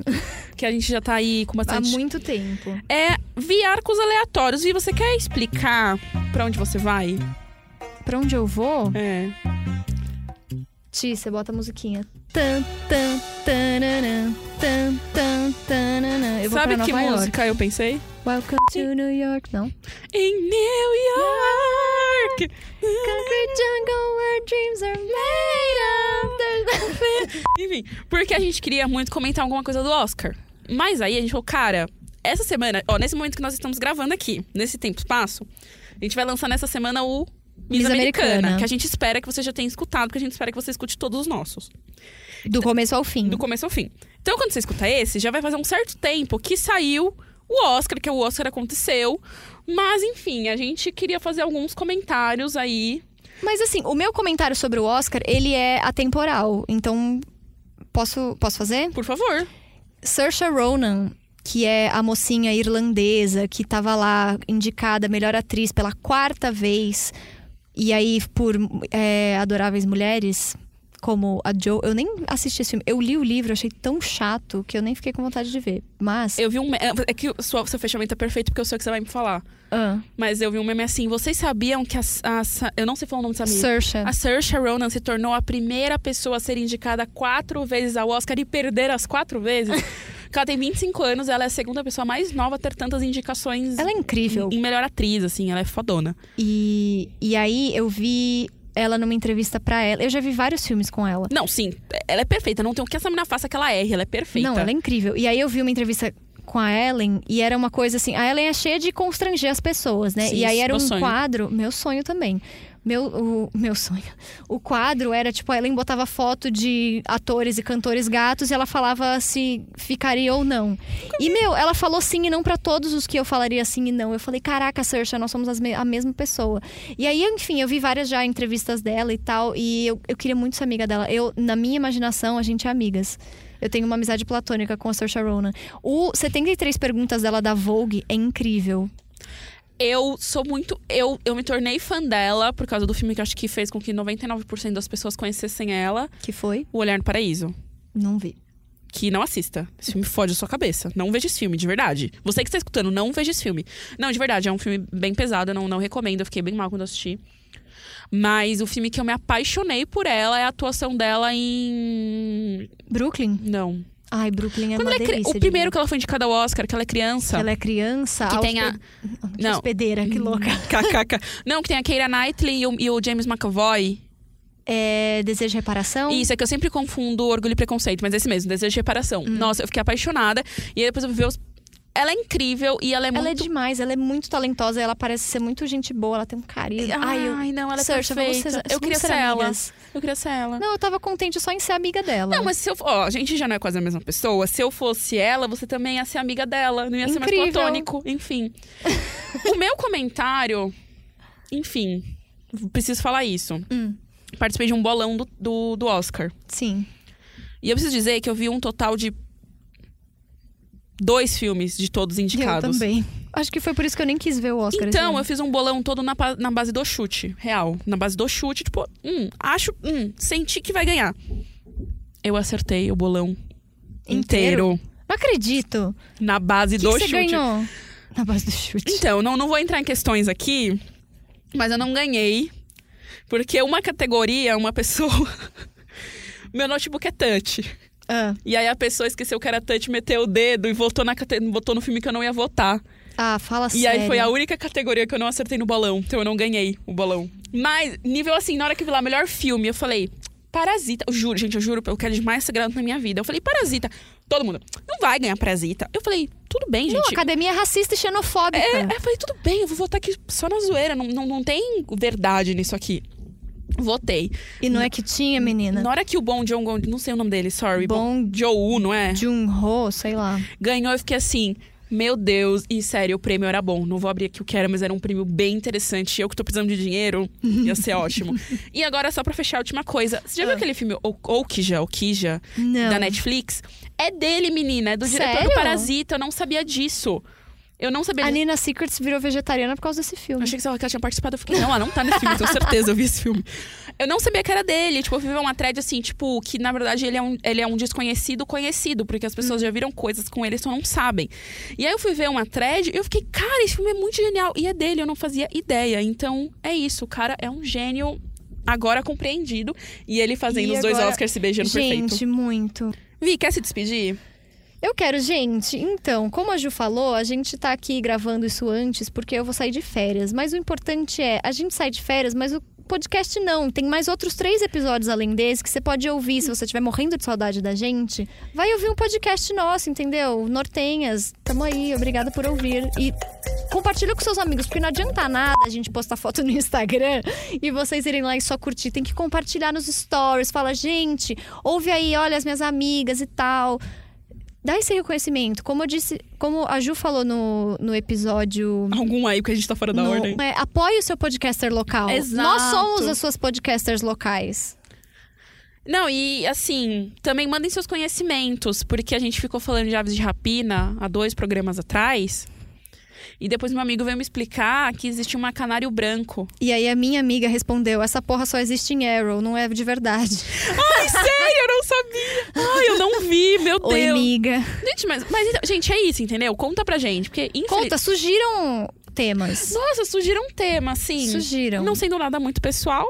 que a gente já tá aí com Há bastante... muito tempo. É, vi arcos aleatórios. Vi, você quer explicar pra onde você vai? Pra onde eu vou? É. Ti, você bota a musiquinha. Tan, tan, tananã, tan, tan, tananã. Eu vou Sabe pra que Nova York. música eu pensei? Welcome to New York. Não. Em New York! Concrete jungle where dreams are made of. Enfim, porque a gente queria muito comentar alguma coisa do Oscar. Mas aí a gente falou, cara, essa semana, ó, nesse momento que nós estamos gravando aqui, nesse tempo e espaço, a gente vai lançar nessa semana o Miss, Miss Americana, Americana. que a gente espera que você já tenha escutado, porque a gente espera que você escute todos os nossos, Do começo ao fim. do começo ao fim. Então, quando você escuta esse, já vai fazer um certo tempo que saiu o Oscar, que é o Oscar aconteceu. Mas, enfim, a gente queria fazer alguns comentários aí. Mas assim, o meu comentário sobre o Oscar, ele é atemporal. Então, posso, posso fazer? Por favor. Saoirse Ronan, que é a mocinha irlandesa que estava lá indicada melhor atriz pela quarta vez, e aí por é, Adoráveis Mulheres, como a Joe. Eu nem assisti esse filme, eu li o livro, achei tão chato que eu nem fiquei com vontade de ver. Mas. Eu vi um. me- É que o seu seu fechamento é perfeito, porque eu sei o que você vai me falar. Ah, Mas eu vi um meme assim, vocês sabiam que a, a Sa- eu não sei falar o nome dessa menina. Saoirse. A Saoirse Ronan se tornou a primeira pessoa a ser indicada quatro vezes ao Oscar e perder as quatro vezes. Porque ela tem 25 anos, ela é a segunda pessoa mais nova a ter tantas indicações Ela é incrível. em melhor atriz, assim, ela é fodona. E, e aí eu vi ela numa entrevista pra ela. Eu já vi vários filmes com ela. Não, sim, ela é perfeita. Não tem o que essa menina faça que ela erre, ela é perfeita. Não, ela é incrível. E aí eu vi uma entrevista com a Ellen e era uma coisa assim, a Ellen é cheia de constranger as pessoas, né? Sim, e aí isso, era meu um sonho. quadro, meu sonho também. Meu, o, meu sonho. O quadro era tipo, a Ellen botava foto de atores e cantores gatos e ela falava se ficaria ou não. E meu, ela falou sim e não pra todos os que eu falaria sim e não. Eu falei, caraca, Saoirse, nós somos as me- a mesma pessoa. E aí, enfim, eu vi várias já entrevistas dela e tal e eu, eu queria muito ser amiga dela. Eu, na minha imaginação, a gente é amigas. Eu tenho uma amizade platônica com a Saoirse Ronan. O 73 perguntas dela da Vogue é incrível. Eu sou muito. Eu, eu me tornei fã dela por causa do filme que eu acho que fez com que 99% das pessoas conhecessem ela, Que foi? O Olhar no Paraíso. Não vi. Que não assista. Esse filme fode a sua cabeça. Não veja esse filme, de verdade. Você que está escutando, não veja esse filme. Não, de verdade, é um filme bem pesado, eu não, não recomendo. Eu fiquei bem mal quando assisti. Mas o filme que eu me apaixonei por ela é a atuação dela em. Brooklyn? Não. Ai, Brooklyn é Quando uma ela é cri- delícia. O primeiro que ela foi indicada ao Oscar, que ela é criança. ela é criança, Que a tem a- hospe- que Não. Uhum. hospedeira, que louca. KKK. Não, que tem a Keira Knightley e o, e o James McAvoy. É, desejo de reparação? Isso, é que eu sempre confundo orgulho e preconceito, mas é esse mesmo, desejo de reparação. Nossa, eu fiquei apaixonada. E aí depois eu vi os... Ela é incrível e ela é Ela é muito. demais, ela é muito talentosa, ela parece ser muito gente boa, ela tem um carisma. Ai, eu... não, ela é Saoirse, vamos perfeita. ser- eu queria vamos ser ser ela. amigas. Eu queria ser ela. Não, eu tava contente só em ser amiga dela. Não, mas se eu. Ó, a gente já não é quase a mesma pessoa. Se eu fosse ela, você também ia ser amiga dela. Não ia ser mais Incrível. platônico. Enfim. o meu comentário. Enfim. Preciso falar isso. Participei de um bolão do, do, do Oscar. Sim. E eu preciso dizer que eu vi um total de. Dois filmes de todos indicados. Eu também. Acho que foi por isso que eu nem quis ver o Oscar. assim. esse Então, ano. eu fiz um bolão todo na, pa- na base do chute, real. Na base do chute, tipo, hum, acho, hum, senti que vai ganhar. Eu acertei o bolão inteiro, Inteiro? Não acredito. na base O que, do que você chute. ganhou? Na base do chute. Então, não, não vou entrar em questões aqui, mas eu não ganhei. Porque uma categoria, uma pessoa. Meu notebook é touch. Ah. E aí a pessoa esqueceu que era touch, meteu o dedo e votou, na, cate- votou no filme que eu não ia votar. Ah, fala E sério. aí foi a única categoria que eu não acertei no bolão, então eu não ganhei o bolão. Mas, nível assim, na hora que eu vi lá, melhor filme, eu falei, Parasita. Eu juro, gente, eu juro, eu quero de mais sagrado na minha vida. Eu falei, Parasita. Todo mundo, não vai ganhar Parasita. Eu falei, tudo bem, gente. Não, a academia é racista e xenofóbica. É, é, eu falei, tudo bem, eu vou votar aqui só na zoeira, não, não, não tem verdade nisso aqui. Votei. E não é que tinha, menina. Na hora que o Bom John, não sei o nome dele, sorry. Bong- Joe, não é? Jun-ho, sei lá. ganhou, eu fiquei assim. Meu Deus, e sério, o prêmio era bom. Não vou abrir aqui o que era, mas era um prêmio bem interessante. Eu que tô precisando de dinheiro, ia ser ótimo. E agora, só pra fechar a última coisa. Você já viu aquele filme O- Oukja, Oukja, Ah. Não. da Netflix? É dele, menina. É do diretor do Sério? Parasita. Eu não sabia disso. Eu não sabia A disso. Nina Secrets virou vegetariana por causa desse filme. Eu achei que ela tinha participado. Eu fiquei, não, ela não tá nesse filme, eu tenho certeza, eu vi esse filme. Eu não sabia que era dele. Tipo, eu vi uma thread assim, tipo, que na verdade ele é um, ele é um desconhecido conhecido, porque as Hum. pessoas já viram coisas com ele, só não sabem. E aí eu fui ver uma thread e eu fiquei, cara, esse filme é muito genial. E é dele, eu não fazia ideia. Então é isso, o cara é um gênio. Agora compreendido. E ele fazendo E os dois agora- Oscars se beijando Gente, perfeito. muito. Vi, quer se despedir? Eu quero, gente, então, como a Ju falou, a gente tá aqui gravando isso antes porque eu vou sair de férias. Mas o importante é, a gente sai de férias, mas o podcast não. Tem mais outros três episódios além desse que você pode ouvir se você estiver morrendo de saudade da gente. Vai ouvir um podcast nosso, entendeu? Nortenhas, tamo aí, obrigada por ouvir. E compartilha com seus amigos, porque não adianta nada a gente postar foto no Instagram e vocês irem lá e só curtir. Tem que compartilhar nos stories, fala, gente, ouve aí, olha as minhas amigas e tal dá esse reconhecimento. Como eu disse, como a Ju falou no, no episódio. Algum aí, porque a gente tá fora da no- ordem. é, apoie o seu podcaster local. Exato. Nós somos as suas podcasters locais. Não, e assim, também mandem seus conhecimentos, porque a gente ficou falando de aves de rapina há dois programas atrás. E depois meu amigo veio me explicar que existe uma canário branco. E aí a minha amiga respondeu: essa porra só existe em Arrow, não é de verdade. Ai, sério, eu não sabia. Ai, eu não vi, meu Deus. Oi, amiga. Gente, mas, mas então, gente, é isso, entendeu? Conta pra gente, porque infeliz- Conta, sugiram temas. Nossa, surgiram um tema, assim. Sugiram. Não sendo nada muito pessoal,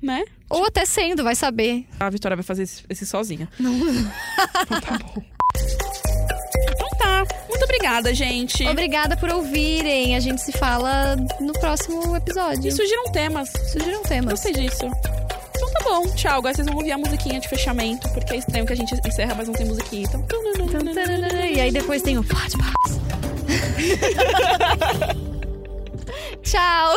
né? Ou até sendo, vai saber. A Vitória vai fazer esse, esse sozinha. Não. Então tá bom. Obrigada, gente. Obrigada por ouvirem. A gente se fala no próximo episódio. E surgiram temas. Surgiram temas. Gostei disso. Então tá bom, tchau. Agora vocês vão ouvir a musiquinha de fechamento, porque é estranho que a gente encerra, mas não tem musiquinha. Então. E aí depois tem o pode Tchau.